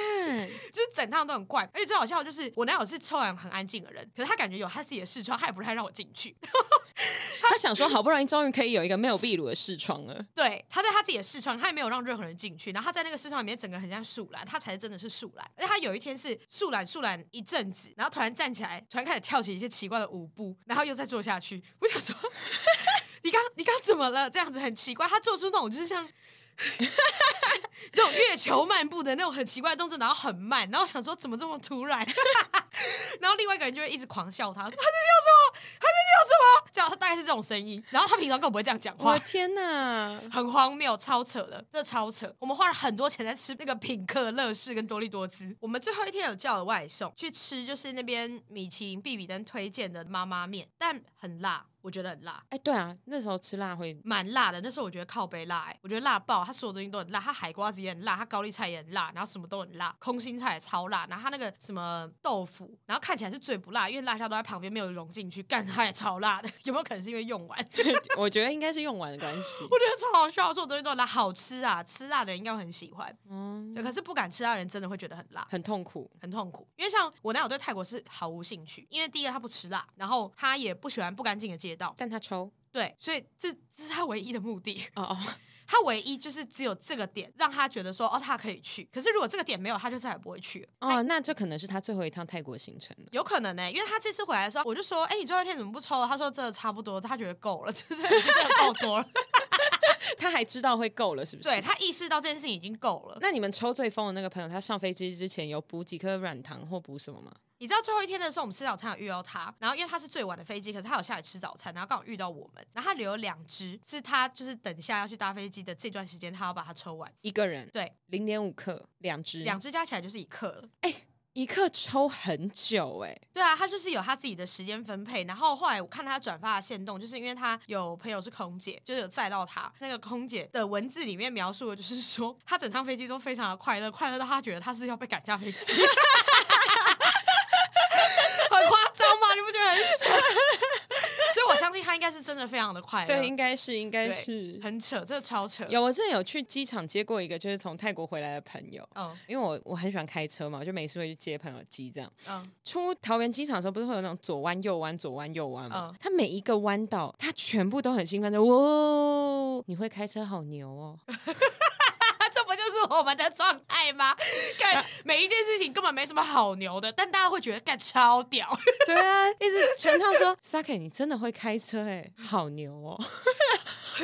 Speaker 1: 就是整趟都很怪，而且最好笑的就是我男友是抽完很安静的人，可是他感觉有他自己的事情，他也不太让我进去。他
Speaker 2: 他想说，好不容易终于可以有一个没有壁炉的视窗了。
Speaker 1: 对，他在他自己的试窗，他也没有让任何人进去。然后他在那个试窗里面，整个很像树懒，他才真的是树懒。而且他有一天是树懒树懒一阵子，然后突然站起来，突然开始跳起一些奇怪的舞步，然后又再坐下去。我想说， 你刚你刚怎么了？这样子很奇怪，他做出那种就是像那种月球漫步的那种很奇怪的动作，然后很慢。然后我想说，怎么这么突然？ 然后另外一个人就会一直狂笑他，他在跳什么？他在跳什么？这样他大概是这种声音。然后他平常更不会这样讲
Speaker 2: 我
Speaker 1: 话
Speaker 2: 的。天哪！
Speaker 1: 很荒谬，超扯的，这超扯。我们花了很多钱在吃那个品客、乐事跟多利多滋。我们最后一天有叫了外送去吃，就是那边米其林必比登推荐的妈妈面，但很辣，我觉得很辣。
Speaker 2: 哎，对啊，那时候吃辣会
Speaker 1: 蛮辣的，那时候我觉得靠背辣、欸，我觉得辣爆，它所有东西都很辣，它海瓜子也很辣，它高丽菜也很辣，然后什么都很辣，空心菜也超辣，然后它那个什么豆腐，然后看起来是最不辣，因为辣椒都在旁边没有融进去，干它也超辣的， 有没有可能是因为用完？
Speaker 2: 我觉得应该是用完的关系。
Speaker 1: 我觉得超好笑，所有东西都很辣，好吃啊！吃辣的人应该会很喜欢，
Speaker 2: 嗯，
Speaker 1: 对，可是不敢吃辣的人真的会觉得很辣。
Speaker 2: 很痛苦。
Speaker 1: 很痛苦，因为像我男友对泰国是毫无兴趣，因为第一个他不吃辣，然后他也不喜欢不干净的街道，
Speaker 2: 但他抽
Speaker 1: 对，所以这这是他唯一的目的。
Speaker 2: 哦哦，
Speaker 1: 他唯一就是只有这个点让他觉得说哦，他可以去。可是如果这个点没有，他就再也不会去了。哎
Speaker 2: 哦，那这可能是他最后一趟泰国行程了。
Speaker 1: 有可能呢、因为他这次回来的时候，我就说，哎、你最后一天怎么不抽了？他说这差不多，他觉得够了， 就是真的够多了。
Speaker 2: 他还知道会够 了，是不是？
Speaker 1: 对。他意识到这件事情已经够了。
Speaker 2: 那你们抽最疯的那个朋友，他上飞机之前有补几颗软糖或补什么吗？
Speaker 1: 你知道最后一天的时候，我们吃早餐有遇到他，然后因为他是最晚的飞机，可是他有下来吃早餐，然后刚好遇到我们，然后他留了两只，是他就是等一下要去搭飞机的这段时间，他要把它抽完。
Speaker 2: 一个人
Speaker 1: 对，
Speaker 2: 零点五克，两只，
Speaker 1: 两只加起来就是一克了。
Speaker 2: 一克抽很久哎、
Speaker 1: 对啊，他就是有他自己的时间分配。然后后来我看他转发的线动，就是因为他有朋友是空姐，就是有载到他。那个空姐的文字里面描述的就是说，他整趟飞机都非常的快乐，快乐到他觉得他是要被赶下飞机， 很夸张吧？你不觉得很扯？ 所以我相信他应该是真的非常的快乐，
Speaker 2: 哎对，应该是应该
Speaker 1: 对
Speaker 2: 是。
Speaker 1: 很扯，这个超扯。
Speaker 2: 有，我之前有去机场接过一个，就是从泰国回来的朋友，
Speaker 1: 嗯
Speaker 2: 因为我我很喜欢开车嘛，我就每次会去接朋友的机这样。
Speaker 1: 嗯，
Speaker 2: 出桃园机场的时候，不是会有那种左弯右弯、左弯右弯吗？
Speaker 1: 嗯
Speaker 2: 他每一个弯道，他全部都很兴奋的，哇！哦你会开车好牛哦！
Speaker 1: 那啊这不就是我们的状态吗？干每一件事情根本没什么好牛的，但大家会觉得干超屌。
Speaker 2: 对啊，一直全套说 Saki，你真的会开车哎、好牛哦！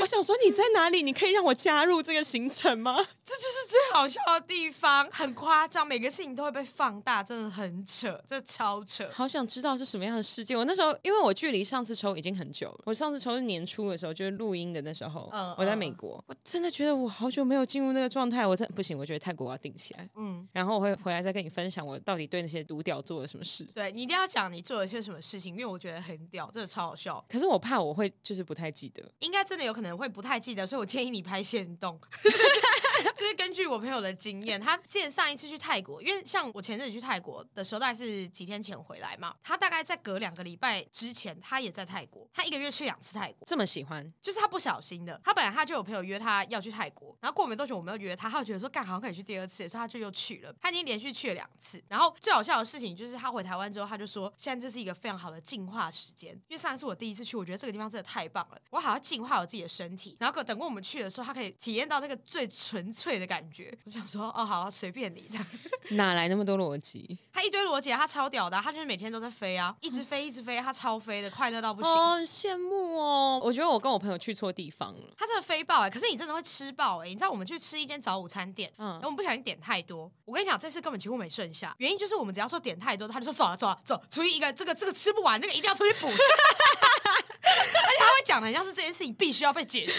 Speaker 2: 我想说你在哪里？你可以让我加入这个行程吗？
Speaker 1: 这就是最好笑的地方，很夸张，每个事情都会被放大，真的很扯，这超扯。
Speaker 2: 好想知道是什么样的世界。我那时候因为我距离上次抽已经很久了，我上次抽是年初的时候，就是录音的那时候，
Speaker 1: 嗯
Speaker 2: 我在
Speaker 1: 嗯
Speaker 2: 美国，我真的觉得我好久没有进入那个状态，我真不行，我觉得泰国我要定起来。
Speaker 1: 嗯，
Speaker 2: 然后我会回来再跟你分享我到底对那些毒屌做了什么事。
Speaker 1: 对你一定要讲你做了些什么事情，因为我觉得很屌，真的超好笑。
Speaker 2: 可是我怕我会就是不太记得，
Speaker 1: 应该真的有可能会不太记得，所以我建议你拍现动， 就是就是根据我朋友的经验，他之前上一次去泰国，因为像我前阵子去泰国的时候，大概是几天前回来嘛，他大概在隔两个礼拜之前，他也在泰国，他一个月去两次泰国。
Speaker 2: 这么喜欢，
Speaker 1: 就是他不小心的，他本来他就有朋友约他要去泰国，然后过没多久我们又约他，他就觉得说干好像可以去第二次，所以他就又去了。他已经连续去了两次。然后最好笑的事情就是他回台湾之后，他就说现在这是一个非常好的净化时间，因为上一次我第一次去，我觉得这个地方真的太棒了，我好像净化我自己的身体。然后等过我们去的时候，他可以体验到那个最纯粹的感觉。我想说哦好、随便你这样。
Speaker 2: 哪来那么多逻辑？
Speaker 1: 他一堆罗姐，他超屌的啊、他就是每天都在飞啊，一直飞一直飞，他超飞的，快乐到不行。
Speaker 2: 哦，羡慕哦！我觉得我跟我朋友去错地方了。
Speaker 1: 他真的飞爆哎、可是你真的会吃爆哎、你知道我们去吃一间早午餐店，
Speaker 2: 嗯
Speaker 1: 然后我们不小心点太多，我跟你讲，这次根本几乎没剩下，原因就是我们只要说点太多，他就说走啊走啊走，出去一个这个这个吃不完，那个一定要出去补，而且他会讲的很像是这件事情必须要被解决，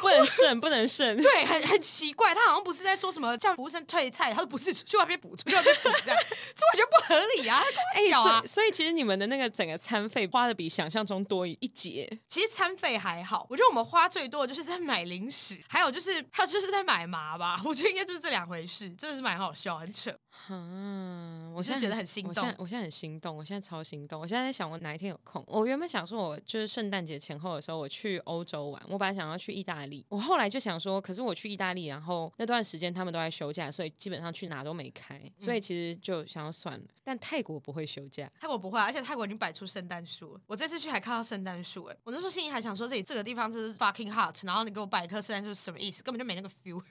Speaker 2: 不能剩，不能剩。
Speaker 1: 对，很很奇怪，他好像不是在说什么叫服务生退菜，他说不是出去外面补，出去外面补这样，这我觉得不合理啊，他 跟我小啊
Speaker 2: 哎所以，所以其实你们的那个整个餐费花的比想象中多一截。
Speaker 1: 其实餐费还好，我觉得我们花最多的就是在买零食，还有就是还有就是在买麻吧，我觉得应该就是这两回事，真的是蛮好笑，很扯。
Speaker 2: 啊，我
Speaker 1: 是
Speaker 2: 现在
Speaker 1: 觉得很心
Speaker 2: 我现在
Speaker 1: 动
Speaker 2: 我现在很心动，我现在超心动。我现在在想，我哪一天有空？我原本想说，我就是圣诞节前后的时候，我去欧洲玩。我本来想要去意大利，我后来就想说，可是我去意大利，然后那段时间他们都在休假，所以基本上去哪都没开，
Speaker 1: 嗯
Speaker 2: 所以其实就想要算了。但泰国不会休假，
Speaker 1: 泰国不会、啊，而且泰国已经摆出圣诞树了。我这次去还看到圣诞树，哎，我那时候心里还想说，这里这个地方就是 fucking hot，然后你给我摆一棵圣诞树，什么意思？根本就没那个 feel，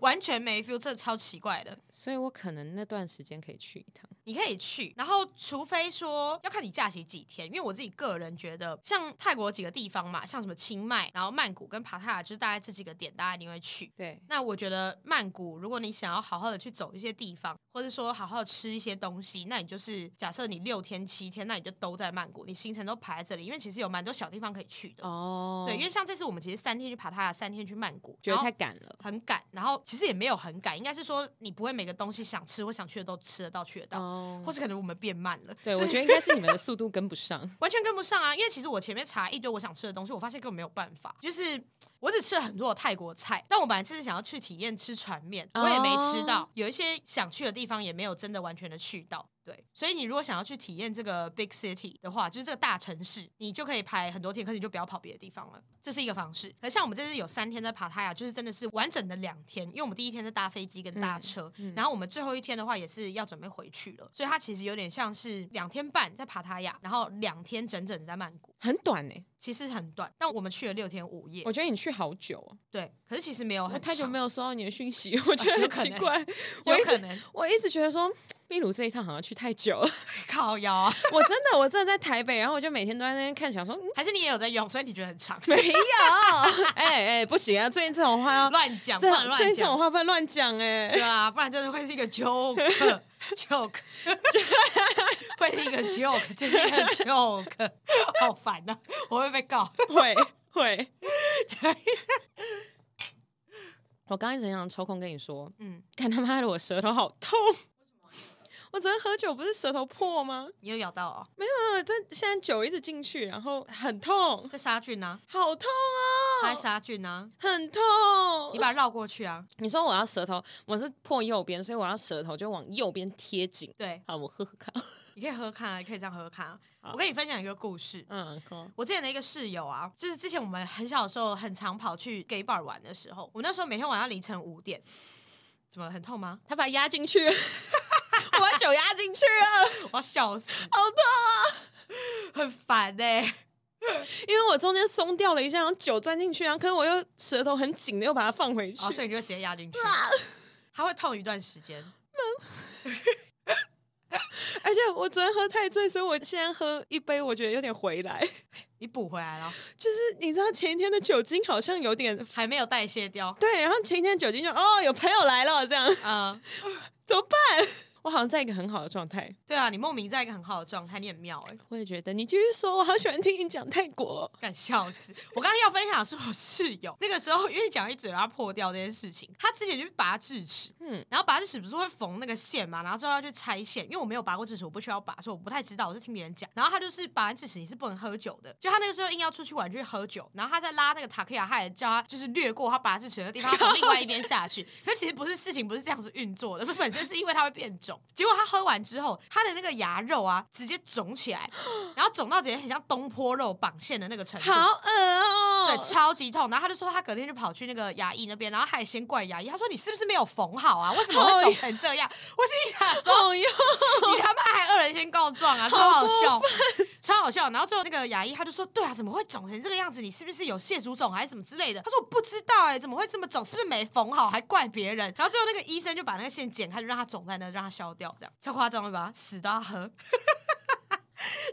Speaker 1: 完全没 feel，真的超奇怪的。
Speaker 2: 所以我可能那段时间可以去一趟。
Speaker 1: 你可以去，然后除非说要看你假期几天，因为我自己个人觉得，像泰国几个地方嘛，像什么清迈，然后曼谷跟帕塔，就是大概这几个点，大家一定会去。
Speaker 2: 对，
Speaker 1: 那我觉得曼谷，如果你想要好好的去走一些地方，或者说好好地吃一些东西，那你就是假设你六天七天，那你就都在曼谷，你行程都排在这里，因为其实有蛮多小地方可以去的。
Speaker 2: 哦，
Speaker 1: 对，因为像这次我们其实三天去帕塔亚，三天去曼谷，
Speaker 2: 觉得
Speaker 1: 然后
Speaker 2: 太赶了。
Speaker 1: 很赶，然后其实也没有很赶，应该是说你不会每个东西想吃或想去的都吃得到去得到，
Speaker 2: 哦
Speaker 1: 或是可能我们变慢了。
Speaker 2: 对，
Speaker 1: 就
Speaker 2: 我
Speaker 1: 是
Speaker 2: 觉得应该是你们的速度跟不上。
Speaker 1: 完全跟不上啊！因为其实我前面查一堆我想吃的东西，我发现根本没有办法。就是我只吃了很多的泰国菜，但我本来真是想要去体验吃船面，
Speaker 2: 哦
Speaker 1: 我也没吃到。有一些想去的地方也没有真的完全的去到。对，所以你如果想要去体验这个 big city 的话，就是这个大城市，你就可以排很多天，可是你就不要跑别的地方了，这是一个方式。可是像我们这次有三天在帕塔亚，就是真的是完整的两天，因为我们第一天是搭飞机跟搭车，然后我们最后一天的话也是要准备回去了，所以它其实有点像是两天半在帕塔亚，然后两天整整在曼谷，
Speaker 2: 很短呢、
Speaker 1: 其实很短。但我们去了六天五夜
Speaker 2: 我，觉得你去好久、哦，
Speaker 1: 对，可是其实没有
Speaker 2: 我
Speaker 1: 很
Speaker 2: 太久
Speaker 1: 长
Speaker 2: 啊没有收到你的讯 息，我觉得
Speaker 1: 有
Speaker 2: 很
Speaker 1: 可
Speaker 2: 奇
Speaker 1: 能
Speaker 2: 怪。我
Speaker 1: 有
Speaker 2: 一
Speaker 1: 可
Speaker 2: 直
Speaker 1: 能
Speaker 2: 我一直觉得说，秘鲁这一趟好像去太久了。
Speaker 1: 靠腰啊，
Speaker 2: 我真的，我真的在台北，然后我就每天都在那边看，想说、嗯、
Speaker 1: 还是你也有在用，所以你觉得很长？
Speaker 2: 没有，哎哎、不行啊，最近这种话要
Speaker 1: 乱讲，不
Speaker 2: 这
Speaker 1: 能
Speaker 2: 啊
Speaker 1: 乱
Speaker 2: 最近这
Speaker 1: 讲
Speaker 2: 种。话不能乱讲哎、
Speaker 1: 对啊，不然真的会是一个 joke joke，会是一个 joke，这是一个 joke，好 烦呐、我会被 告。
Speaker 2: 会会。 我刚一直很想抽空跟你说，
Speaker 1: 嗯，
Speaker 2: 看他妈的我舌头好痛。 我昨天喝酒不是舌头破吗？
Speaker 1: 你有咬到哦，
Speaker 2: 没有，这现在酒一直进去，然后很痛，
Speaker 1: 在杀菌呢、
Speaker 2: 好痛
Speaker 1: 啊，
Speaker 2: 啊
Speaker 1: 它在！杀菌呢、
Speaker 2: 很痛。
Speaker 1: 啊，你把它绕过去啊。
Speaker 2: 你说我要舌头，我是破右边，所以我要舌头就往右边贴紧。
Speaker 1: 对，
Speaker 2: 好，我喝喝看。
Speaker 1: 你可以喝喝看啊，你可以这样喝喝看啊。
Speaker 2: 好
Speaker 1: 我跟你分享一个故事。
Speaker 2: 嗯，好
Speaker 1: 我之前的一个室友啊，就是之前我们很小的时候，很常跑去 gay bar 玩的时候，我那时候每天晚上凌晨五点，怎么了很痛吗？
Speaker 2: 他把它压进去， 我把酒压进去了，
Speaker 1: 我要笑死，
Speaker 2: 好 痛！
Speaker 1: 很烦哎、
Speaker 2: 因为我中间松掉了一下，然后酒钻进去，然后可是我又舌头很紧的，又把它放回去。
Speaker 1: 哦，所以你就直接压进去，它会痛一段时间。
Speaker 2: 而且我昨天喝太醉，所以我现在喝一杯，我觉得有点回来。
Speaker 1: 你补回来了，
Speaker 2: 就是你知道前一天的酒精好像有点
Speaker 1: 还没有代谢掉。
Speaker 2: 对，然后前一天的酒精就哦有朋友来了这样，
Speaker 1: 嗯，
Speaker 2: 怎么办？ 我好像在一个很好的状态。
Speaker 1: 对啊，你莫名在一个很好的状态，你很妙哎、
Speaker 2: 我也觉得你继续说，我好喜欢听你讲泰国。
Speaker 1: 敢笑死！我刚刚要分享的是我室友，那个时候因为讲一嘴巴破掉这件事情，他之前就去拔智齿，嗯
Speaker 2: 嗯，
Speaker 1: 然后拔智齿不是会缝那个线嘛，然后之后要去拆线，因为我没有拔过智齿，我不需要拔，所以我不太知道，我是听别人讲。然后他就是拔完智齿，你是不能喝酒的，就他那个时候硬要出去玩就去喝酒，然后他在拉那个塔克亚，他也叫他就是掠过他拔智齿的地方，他从另外一边下去。 可其实不是事情不是这样子运作的，是本身是因为它会变肿。结果他喝完之后，他的那个牙肉啊直接肿起来，然后肿到直接很像东坡肉绑线的那个程度。
Speaker 2: 好恶哦、
Speaker 1: 对，超级痛。然后他就说他隔天就跑去那个牙医那边，然后他也先怪牙医，他说你是不是没有缝好啊？为什么会肿成这样？ 我心里想说，
Speaker 2: 好用，
Speaker 1: 你他妈还恶人先告状啊，超好笑，超好笑。然后最后那个牙医他就说，对啊，怎么会肿成这个样子？你是不是有蟹足肿还是什么之类的？他说我不知道哎、怎么会这么肿？是不是没缝好？还怪别人。然后最后那个医生就把那个线剪开，就让它肿在那，让它消掉，这样超夸张了吧？死都要喝。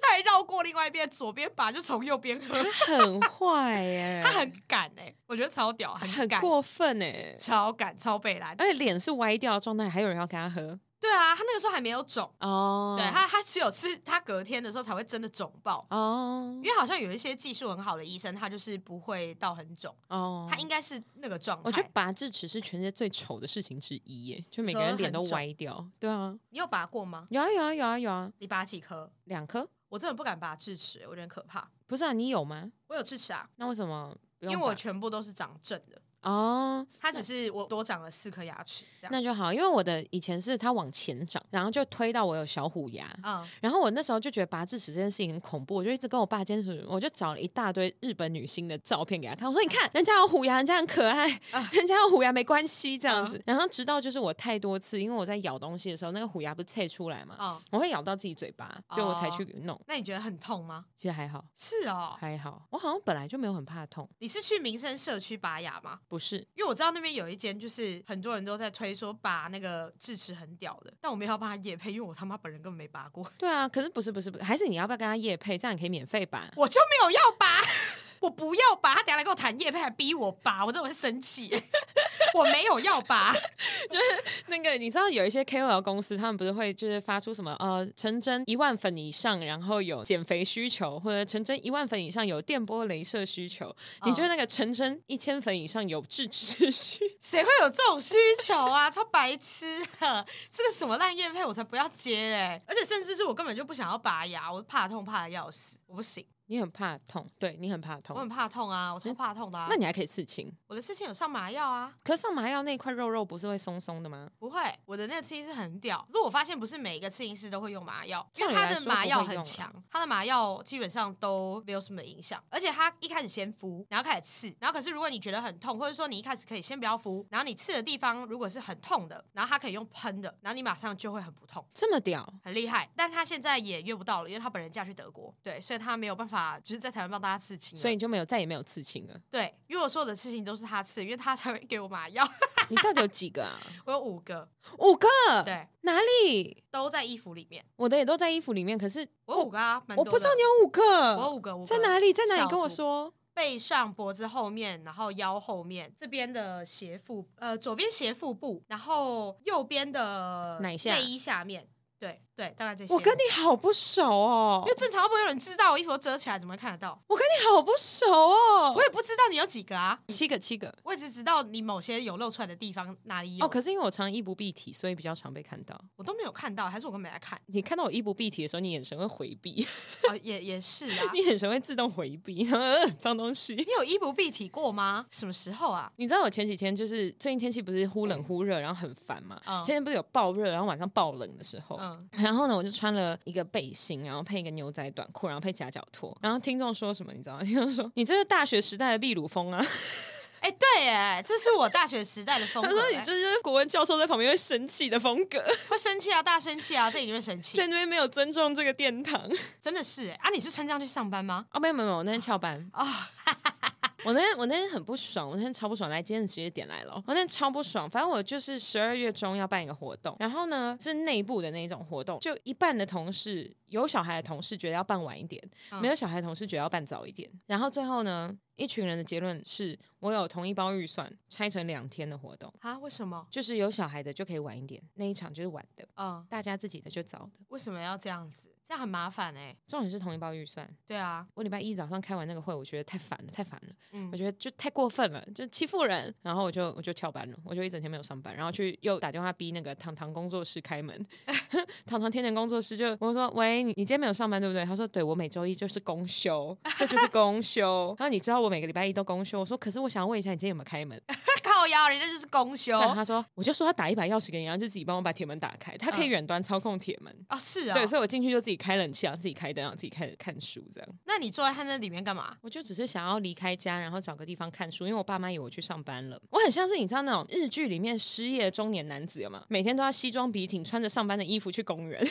Speaker 1: 他还绕过另外一边，左边拔就从右边喝。
Speaker 2: 很坏耶、
Speaker 1: 他很敢哎、我觉得超屌，
Speaker 2: 很
Speaker 1: 敢，
Speaker 2: 过哎分哎、
Speaker 1: 超敢，超北蓝。
Speaker 2: 而且脸是歪掉的状态，还有人要跟他喝
Speaker 1: 对啊，他那个时候还没有肿，
Speaker 2: 哦，
Speaker 1: 对他他只有吃，他隔天的时候才会真的肿爆。
Speaker 2: 哦
Speaker 1: 因为好像有一些技术很好的医生，他就是不会到很肿，
Speaker 2: 哦，
Speaker 1: 他应该是那个状态。
Speaker 2: 我觉得拔智齿是全世界最丑的事情之一耶，就每个人脸都歪掉。对啊，
Speaker 1: 你有拔过吗？
Speaker 2: 有啊有啊有啊有啊，
Speaker 1: 你拔几颗？
Speaker 2: 两颗
Speaker 1: 我真的不敢拔智齿、欸我觉得很可怕。
Speaker 2: 不是啊？你有吗？
Speaker 1: 我有智齿啊，
Speaker 2: 那为什么不
Speaker 1: 因
Speaker 2: 用
Speaker 1: 为
Speaker 2: 拔？
Speaker 1: 我全部都是长正的。
Speaker 2: 哦，
Speaker 1: 它只是我多长了四颗牙齿这样。
Speaker 2: 那就好，因为我的以前是它往前长，然后就推到我有小虎牙。
Speaker 1: 嗯，
Speaker 2: 然后我那时候就觉得拔智齿这件事情很恐怖，我就一直跟我爸坚持，我就找了一大堆日本女星的照片给他看，我说你看人家有虎牙，人家很可爱，人家有虎牙没关系这样子。然后直到就是我太多次，因为我在咬东西的时候，那个虎牙不是切出来嘛，
Speaker 1: 哦
Speaker 2: 我会咬到自己嘴巴，就我才去弄。
Speaker 1: 那你觉得很痛吗？
Speaker 2: 其实还好，
Speaker 1: 是哦，
Speaker 2: 还好，我好像本来就没有很怕痛，
Speaker 1: 你是去民生社区拔牙吗？
Speaker 2: 不是
Speaker 1: 因为我知道那边有一间，就是很多人都在推说拔那个智齿很屌的，但我没有要帮他夜配，因为我他妈本人根本没拔过，
Speaker 2: 对啊，可是不是不是不是，还是你要不要跟他夜配？这样你可以免费吧？
Speaker 1: 我就没有要拔，我不要拔，他等下来跟我谈夜配还逼我拔，我真的会生气， 我没有要拔，
Speaker 2: 那个你知道有一些 KOL 公司，他们不是会就是发出什么呃，成真一万粉以上，然后有减肥需求，或者成真一万粉以上有电波镭射需求。你
Speaker 1: 嗯
Speaker 2: 觉得那个成真一千粉以上有智齿需？
Speaker 1: 谁会有这种需求啊？超白痴的，这个什么烂夜配我才不要接嘞、而且甚至是我根本就不想要拔牙，我怕痛怕的要死，我不行，
Speaker 2: 你很怕痛，对你很怕
Speaker 1: 我很
Speaker 2: 痛。
Speaker 1: 怕痛啊，我超怕痛的、啊。
Speaker 2: 嗯那你还可以刺青，
Speaker 1: 我的事情有上麻药啊。
Speaker 2: 可是上麻药那块肉肉不是会松松的吗？
Speaker 1: 不会，我的那个刺青师很屌。可是我发现不是每一个刺青师都会用麻药，因
Speaker 2: 照
Speaker 1: 为
Speaker 2: 理
Speaker 1: 他
Speaker 2: 来
Speaker 1: 的
Speaker 2: 说
Speaker 1: 麻
Speaker 2: 不
Speaker 1: 药
Speaker 2: 会
Speaker 1: 很
Speaker 2: 用啊
Speaker 1: 强，他的麻药基本上都没有什么影响。而且他一开始先敷，然后开始刺，然后可是如果你觉得很痛，或者说你一开始可以先不要敷，然后你刺的地方如果是很痛的，然后他可以用喷的，然后你马上就会很不痛。
Speaker 2: 这么屌，
Speaker 1: 很厉害，但他现在也约不到了，因为他本人嫁去德国，对，所以他没有办法就是在台湾帮大家刺青了。
Speaker 2: 所以你就没有再也没有刺青 了。
Speaker 1: 对，因为我所有的刺青都是他刺，因为他才会给我麻药。
Speaker 2: 你到底有几个啊？
Speaker 1: 我有五 个，
Speaker 2: 五个？
Speaker 1: 对，
Speaker 2: 哪里？
Speaker 1: 都在衣服里面。
Speaker 2: 我的也都在衣服里面，可是
Speaker 1: 我有五个啊，蛮
Speaker 2: 我
Speaker 1: 多
Speaker 2: 不知道
Speaker 1: 的
Speaker 2: 你有五个。
Speaker 1: 我有五个，五个
Speaker 2: 在哪里？在哪
Speaker 1: 小
Speaker 2: 里？跟我
Speaker 1: 图
Speaker 2: 说。
Speaker 1: 背上、脖子后面，然后腰后面这边的斜腹，呃，左边斜腹部，然后右边的
Speaker 2: 哪一下
Speaker 1: 内衣下面，对对，大概这些。
Speaker 2: 我跟你好不熟哦
Speaker 1: 因为，正常不会有人知道，我衣服都遮起来，怎么会看得到？
Speaker 2: 我跟你好不熟哦
Speaker 1: 我，也不知道你有几个啊，
Speaker 2: 七个七个。
Speaker 1: 我也只知道你某些有露出来的地方哪里有，
Speaker 2: 哦，可是因为我常衣不蔽体，所以比较常被看到。
Speaker 1: 我都没有看到，还是我根本没来看
Speaker 2: 你看到我衣不蔽体的时候，你眼神会回避，
Speaker 1: 啊，也也是啊。
Speaker 2: 你眼神会自动回避， 然后呃脏东西。
Speaker 1: 你有衣不蔽体过吗？什么时候啊？
Speaker 2: 你知道我前几天就是最近天气不是忽冷忽热，然后很烦嘛。
Speaker 1: 嗯
Speaker 2: 前天不是有暴热，然后晚上暴冷的时候，
Speaker 1: 嗯，
Speaker 2: 然后呢，我就穿了一个背心，然后配一个牛仔短裤，然后配夹脚拖。然后听众说什么？你知道吗？ 听众说你这是大学时代的秘鲁风啊。
Speaker 1: 哎、对，哎，这是我大学时代的风格
Speaker 2: 他
Speaker 1: 哎。
Speaker 2: 说你这就是国文教授在旁边会生气的风格。
Speaker 1: 会生气啊，大生气啊，这里面生气
Speaker 2: 在，那边没有尊重这个殿堂
Speaker 1: 真的是哎、啊！你是穿这样去上班吗？
Speaker 2: 哦，没有没有，没有我那天翘 班
Speaker 1: 啊
Speaker 2: 啊。我那天我那天很不爽，我那天超不爽，来今天直接点来了哦。我那天超不爽，反正我就是十二月中要办一个活动，然后呢是内部的那种活动，就一半的同事有小孩的同事觉得要办晚一点，
Speaker 1: 嗯
Speaker 2: 没有小孩的同事觉得要办早一点。然后最后呢，一群人的结论是我有同一包预算拆成两天的活动，
Speaker 1: 啊，为什么？
Speaker 2: 就是有小孩的就可以晚一点，那一场就是晚的，
Speaker 1: 嗯，
Speaker 2: 大家自己的就早的。
Speaker 1: 为什么要这样子？这样很麻烦哎、
Speaker 2: 重点是同一包预算，
Speaker 1: 对啊，
Speaker 2: 我礼拜一早上开完那个会，我觉得太烦了，太烦了，
Speaker 1: 嗯
Speaker 2: 我觉得就太过分了，就欺负人，然后我就我就翘班了，我就一整天没有上班，然后去又打电话逼那个糖糖工作室 开门，糖糖天天工作室就我说喂，你你今天没有上班对不对？他说对，我每周一就是 公休，这就是公休。然后你知道我每个礼拜一都公休，我说可是我想问一下你今天有没有开门？
Speaker 1: 靠腰，人家就是公休
Speaker 2: 但他说我就说他打一把钥匙给你，然后就自己帮我把铁门打开，他可以
Speaker 1: 嗯
Speaker 2: 远端操控铁门。
Speaker 1: 哦，是啊。
Speaker 2: 对，所以我进去就自己开冷气，然后自己开灯，然后自己开始看书这样。
Speaker 1: 那你坐在他那里面干嘛？
Speaker 2: 我就只是想要离开家，然后找个地方看书，因为我爸妈以为我去上班了。我很像是你知道那种日剧里面失业的中年男子有吗？每天都要西装笔挺，穿着上班的衣服去公园。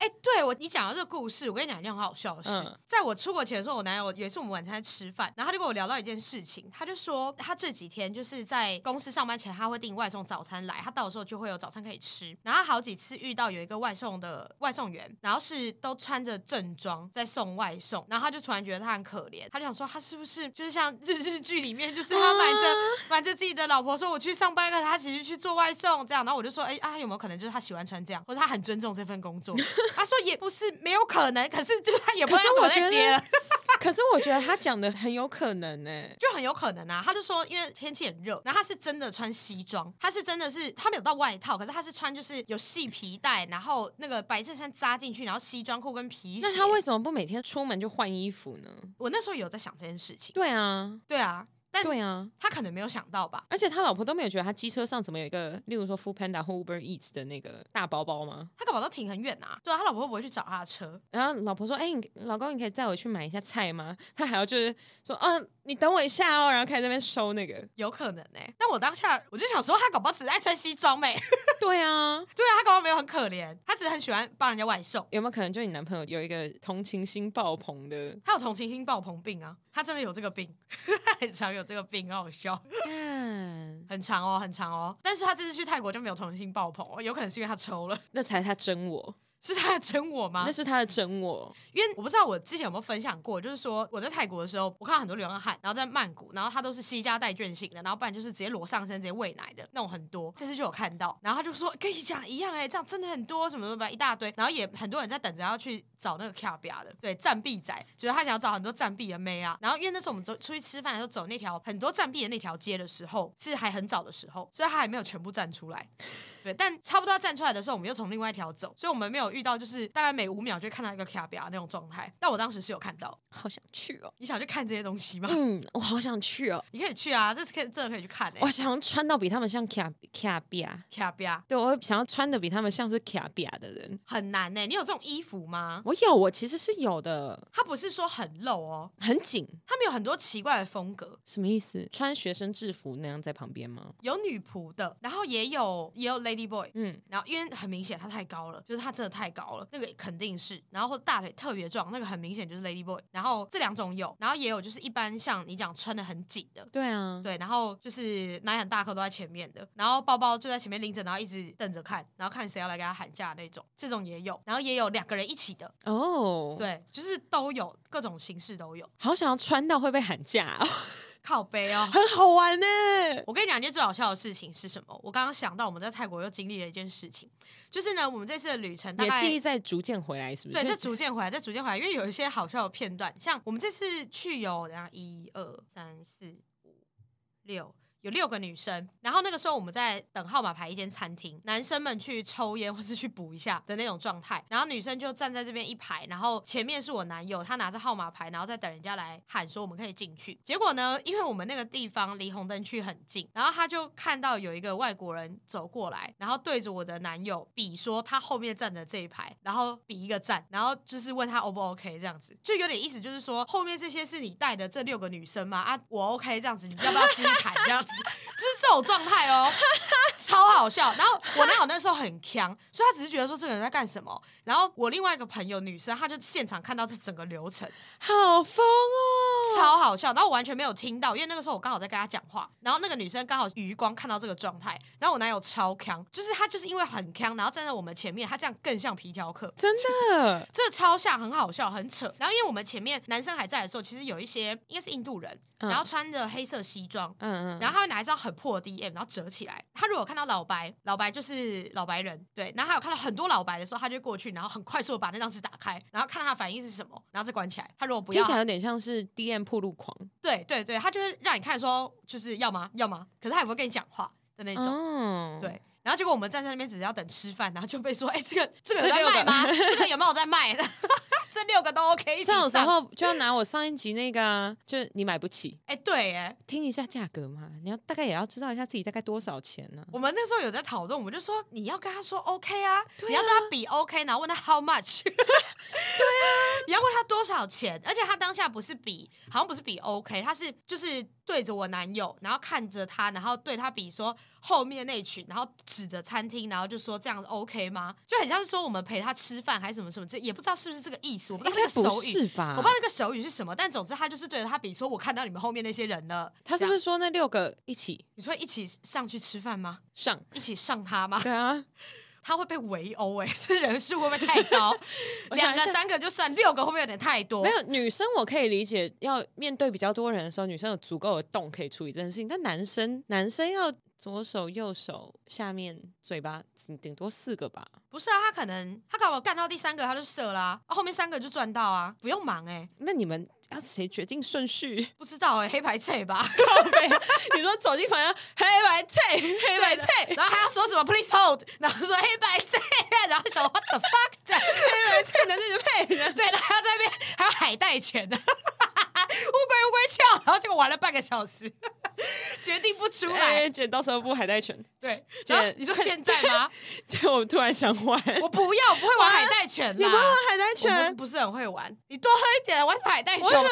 Speaker 1: 哎、对我，你讲到这个故事，我跟你讲一件很好笑的事。
Speaker 2: 嗯
Speaker 1: 在我出国前的时候，我男友有一次我们晚餐在吃饭，然后他就跟我聊到一件事情，他就说他这几天就是在公司上班前，他会订外送早餐来，他到的时候就会有早餐可以吃。然后他好几次遇到有一个外送的外送员，然后是都穿着正装在送外送，然后他就突然觉得他很可怜，他就想说他是不是就是像日日剧里面，就是他瞒着、 瞒着自己的老婆说我去上班了，他其实去做外送这样。然后我就说，哎、啊有没有可能就是他喜欢穿这样，或者他很尊重这份工作？他说也不是没有可能，可是就是他也不
Speaker 2: 可
Speaker 1: 知
Speaker 2: 是
Speaker 1: 道怎
Speaker 2: 我
Speaker 1: 么
Speaker 2: 觉
Speaker 1: 再接了
Speaker 2: 得。， 可是我觉得他讲的很有可能欸呢、
Speaker 1: 就很有可能啊，他就说，因为天气很热，然后他是真的穿西装，他是真的是他没有到外套，可是他是穿就是有细皮带，然后那个白衬衫扎进去，然后西装裤跟皮鞋。
Speaker 2: 那他为什么不每天出门就换衣服呢？
Speaker 1: 我那时候有在想这件事情，
Speaker 2: 对啊，
Speaker 1: 对啊，但
Speaker 2: 对啊，
Speaker 1: 他可能没有想到吧？
Speaker 2: 而且他老婆都没有觉得他机车上怎么有一个，例如说 Food Panda 或 Uber Eats 的那个大包包吗？
Speaker 1: 他干嘛都停很远啊？对啊，他老婆会不会去找他的车？
Speaker 2: 然后老婆说：“哎、你老公，你可以载我去买一下菜吗？” 他还要就是说：“啊，你等我一下哦。”然后开始在那边收那个。
Speaker 1: 有可能哎、但我当下我就想说，他搞不好只是爱穿西装呗。
Speaker 2: 对啊，
Speaker 1: 对啊，他搞不好没有很可怜，他只是很喜欢帮人家外送。
Speaker 2: 有没有可能就你男朋友有一个同情心爆棚的？
Speaker 1: 他有同情心爆棚病啊，他真的有这个病， 他很常有这个病，很好笑，
Speaker 2: 看，
Speaker 1: 很长哦，很长哦。但是他这次去泰国就没有同情心爆棚哦，有可能是因为他抽了，
Speaker 2: 那才他真我，
Speaker 1: 是他在整我吗
Speaker 2: 那？是他的真我。
Speaker 1: 因为我不知道我之前有没有分享过，就是说我在泰国的时候，我看到很多流浪汉，然后在曼谷，然后他都是西家带眷型的，然后不然就是直接裸上身直接喂奶的那种很多，这次就有看到，然后他就说跟你讲一样哎、这样真的很多什么什么一大堆，然后也很多人在等着要去找那个卡比亚的，对，战壁仔，就是他想要找很多战壁的妹啊，然后因为那时候我们走出去吃饭的时候走那条很多战壁的那条街的时候，是还很早的时候，所以他还没有全部站出来，对，但差不多要站出来的时候，我们又从另外一条走，所以我们没有遇到就是大概每五秒就会看到一个卡比亚那种状态。但我当时是有看到，
Speaker 2: 好想去哦。
Speaker 1: 你想去看这些东西吗？
Speaker 2: 嗯，我好想去哦。
Speaker 1: 你可以去啊，这是可以真的可以去看诶、
Speaker 2: 我想要穿到比他们像卡卡比亚，
Speaker 1: 卡比亚
Speaker 2: 对我会想要穿的比他们像是卡比亚的人。
Speaker 1: 很难欸呢、你有这种衣服吗？
Speaker 2: 我有，我其实是有的，
Speaker 1: 它不是说很露哦，
Speaker 2: 很紧。
Speaker 1: 他们有很多奇怪的风格，
Speaker 2: 什么意思？穿学生制服那样在旁边吗？
Speaker 1: 有女仆的，然后也有也有 lady boy，
Speaker 2: 嗯，
Speaker 1: 然后因为很明显他太高了，就是他真的太高了，那个肯定是。然后或大腿特别壮，那个很明显就是 Lady Boy。然后这两种有，然后也有就是一般像你讲穿的很紧的。
Speaker 2: 对啊，
Speaker 1: 对，然后就是奶很大颗都在前面的，然后包包就在前面拎着，然后一直瞪着看，然后看谁要来给他喊价那种，这种也有，然后也有两个人一起的，
Speaker 2: 哦，，
Speaker 1: 对，就是都有各种形式都有，
Speaker 2: 好想要穿到会被喊价、哦，
Speaker 1: 靠背哦。
Speaker 2: 很好玩呢。
Speaker 1: 我跟你讲一件最好笑的事情是什么？我刚刚想到我们在泰国又经历了一件事情，就是呢，我们这次的旅程大
Speaker 2: 你的
Speaker 1: 概
Speaker 2: 记忆在逐渐回来，是不是？
Speaker 1: 对，
Speaker 2: 就
Speaker 1: 这逐渐回来，这逐渐回来，因为有一些好笑的片段，像我们这次去有等一下一二三四五六。有六个女生，然后那个时候我们在等号码牌一间餐厅，男生们去抽烟或是去补一下的那种状态，然后女生就站在这边一排，然后前面是我男友，他拿着号码牌，然后再等人家来喊说我们可以进去。结果呢，因为我们那个地方离红灯区很近，然后他就看到有一个外国人走过来，然后对着我的男友比说他后面站的这一排，然后比一个赞，然后就是问他 O 不 OK 这样子，就有点意思，就是说后面这些是你带的这六个女生吗？啊，我 OK 这样子，你要不要自己砍这样子？ 就是这种状态哦， 超好笑。然后我男友那时候很强，所以他只是觉得说这个人在干什么。然后我另外一个朋友女生，她就现场看到这整个流程，
Speaker 2: 好疯哦，
Speaker 1: 超好笑。然后我完全没有听到，因为那个时候我刚好在跟她讲话，然后那个女生刚好余光看到这个状态，然后我男友超强，就是他就是因为很强，然后站在我们前面，他这样更像皮条客。
Speaker 2: 真的，
Speaker 1: 这超像，很好笑，很扯。然后因为我们前面男生还在的时候，其实有一些应该是印度人，
Speaker 2: 嗯
Speaker 1: 然后穿着黑色西装，
Speaker 2: 嗯嗯，
Speaker 1: 然后他会拿一张很破的 DM，然后折起来。他如果看到老白，老白就是老白人，对。然后他有看到很多老白的时候，他就过去，然后很快速的把那张纸打开，然后看他的反应是什么，然后再关起来。他如果不
Speaker 2: 听
Speaker 1: 要
Speaker 2: 起，来有点像是 DM 破路狂
Speaker 1: 对对对，他就会让你看说，就是要吗要吗，可是他也不会跟你讲话的那种。
Speaker 2: 哦，
Speaker 1: 对。然后结果我们站在那边只是要等吃饭，然后就被说：“哎、这个这个
Speaker 2: 这
Speaker 1: 有在
Speaker 2: 六
Speaker 1: 卖
Speaker 2: 个
Speaker 1: 吗？这个有没有在卖？ 这六个都 OK。”
Speaker 2: 这种时，候就要拿我上一集那个、啊，就是你买不起，
Speaker 1: 哎、对，哎，
Speaker 2: 听一下价格嘛，你要大概也要知道一下自己大概多少钱呢、
Speaker 1: 我们那时候有在讨论，我们就说你要跟他说 OK 啊，
Speaker 2: 对
Speaker 1: 你
Speaker 2: 啊
Speaker 1: 要跟他比 OK，然后问他 how much，对啊，你要问他多少钱，而且他当下不是比，好像不是比 OK，他是就是对着我男友，然后看着他，然后对他比说后面那群，然后指着餐厅，然后就说这样子 OK 吗？就很像是说我们陪他吃饭还是什么什么，这也不知道是不是这个意思，我不知
Speaker 2: 应
Speaker 1: 道那
Speaker 2: 该
Speaker 1: 个
Speaker 2: 不
Speaker 1: 手语。
Speaker 2: 是吧？
Speaker 1: 我不知道那个手语是什么，但总之他就是对着他比说，我看到你们后面那些人了。
Speaker 2: 他是
Speaker 1: 这
Speaker 2: 不
Speaker 1: 样
Speaker 2: 是说那六个一起
Speaker 1: 你说一起上去吃饭吗？
Speaker 2: 上？
Speaker 1: 一起上他吗？
Speaker 2: 对啊，？
Speaker 1: 他会被围 殴哎、这人数会不会太高
Speaker 2: 我 想
Speaker 1: 两
Speaker 2: 一
Speaker 1: 个
Speaker 2: 下、
Speaker 1: 三个就算，六个会不会有点太多？
Speaker 2: 没有女生我可以理解，要面对比较多人的时候，女生有足够的洞可以处理这件事情，但男生男生要左手右手下面嘴巴顶顶多四个吧，
Speaker 1: 不是啊，他可能他搞我干到第三个他就射啦、啊后面三个就赚到啊，不用忙哎、
Speaker 2: 那你们要谁决定顺序？
Speaker 1: 不知道哎、黑白菜 吧？
Speaker 2: 你说走进房间，黑白菜，黑白菜，黑
Speaker 1: 然后还要说什么 please hold，然后说黑白菜，啊 然后想 what the fuck，这样
Speaker 2: 白菜，男生就配。
Speaker 1: 对，然后还要在那边还有海带拳，乌龟翘，然后结果玩了半个小时，决定不出来。
Speaker 2: 哎，姐，到时候不海带拳，
Speaker 1: 对，
Speaker 2: 姐
Speaker 1: 然后你说现在 吗？
Speaker 2: 对我突然想玩，
Speaker 1: 我不要，我不会玩海带拳啦。
Speaker 2: 你不会玩海带
Speaker 1: 我
Speaker 2: 拳
Speaker 1: 们？不是很会玩，你多喝一点，玩什么海带
Speaker 2: 我啊
Speaker 1: 球？
Speaker 2: 想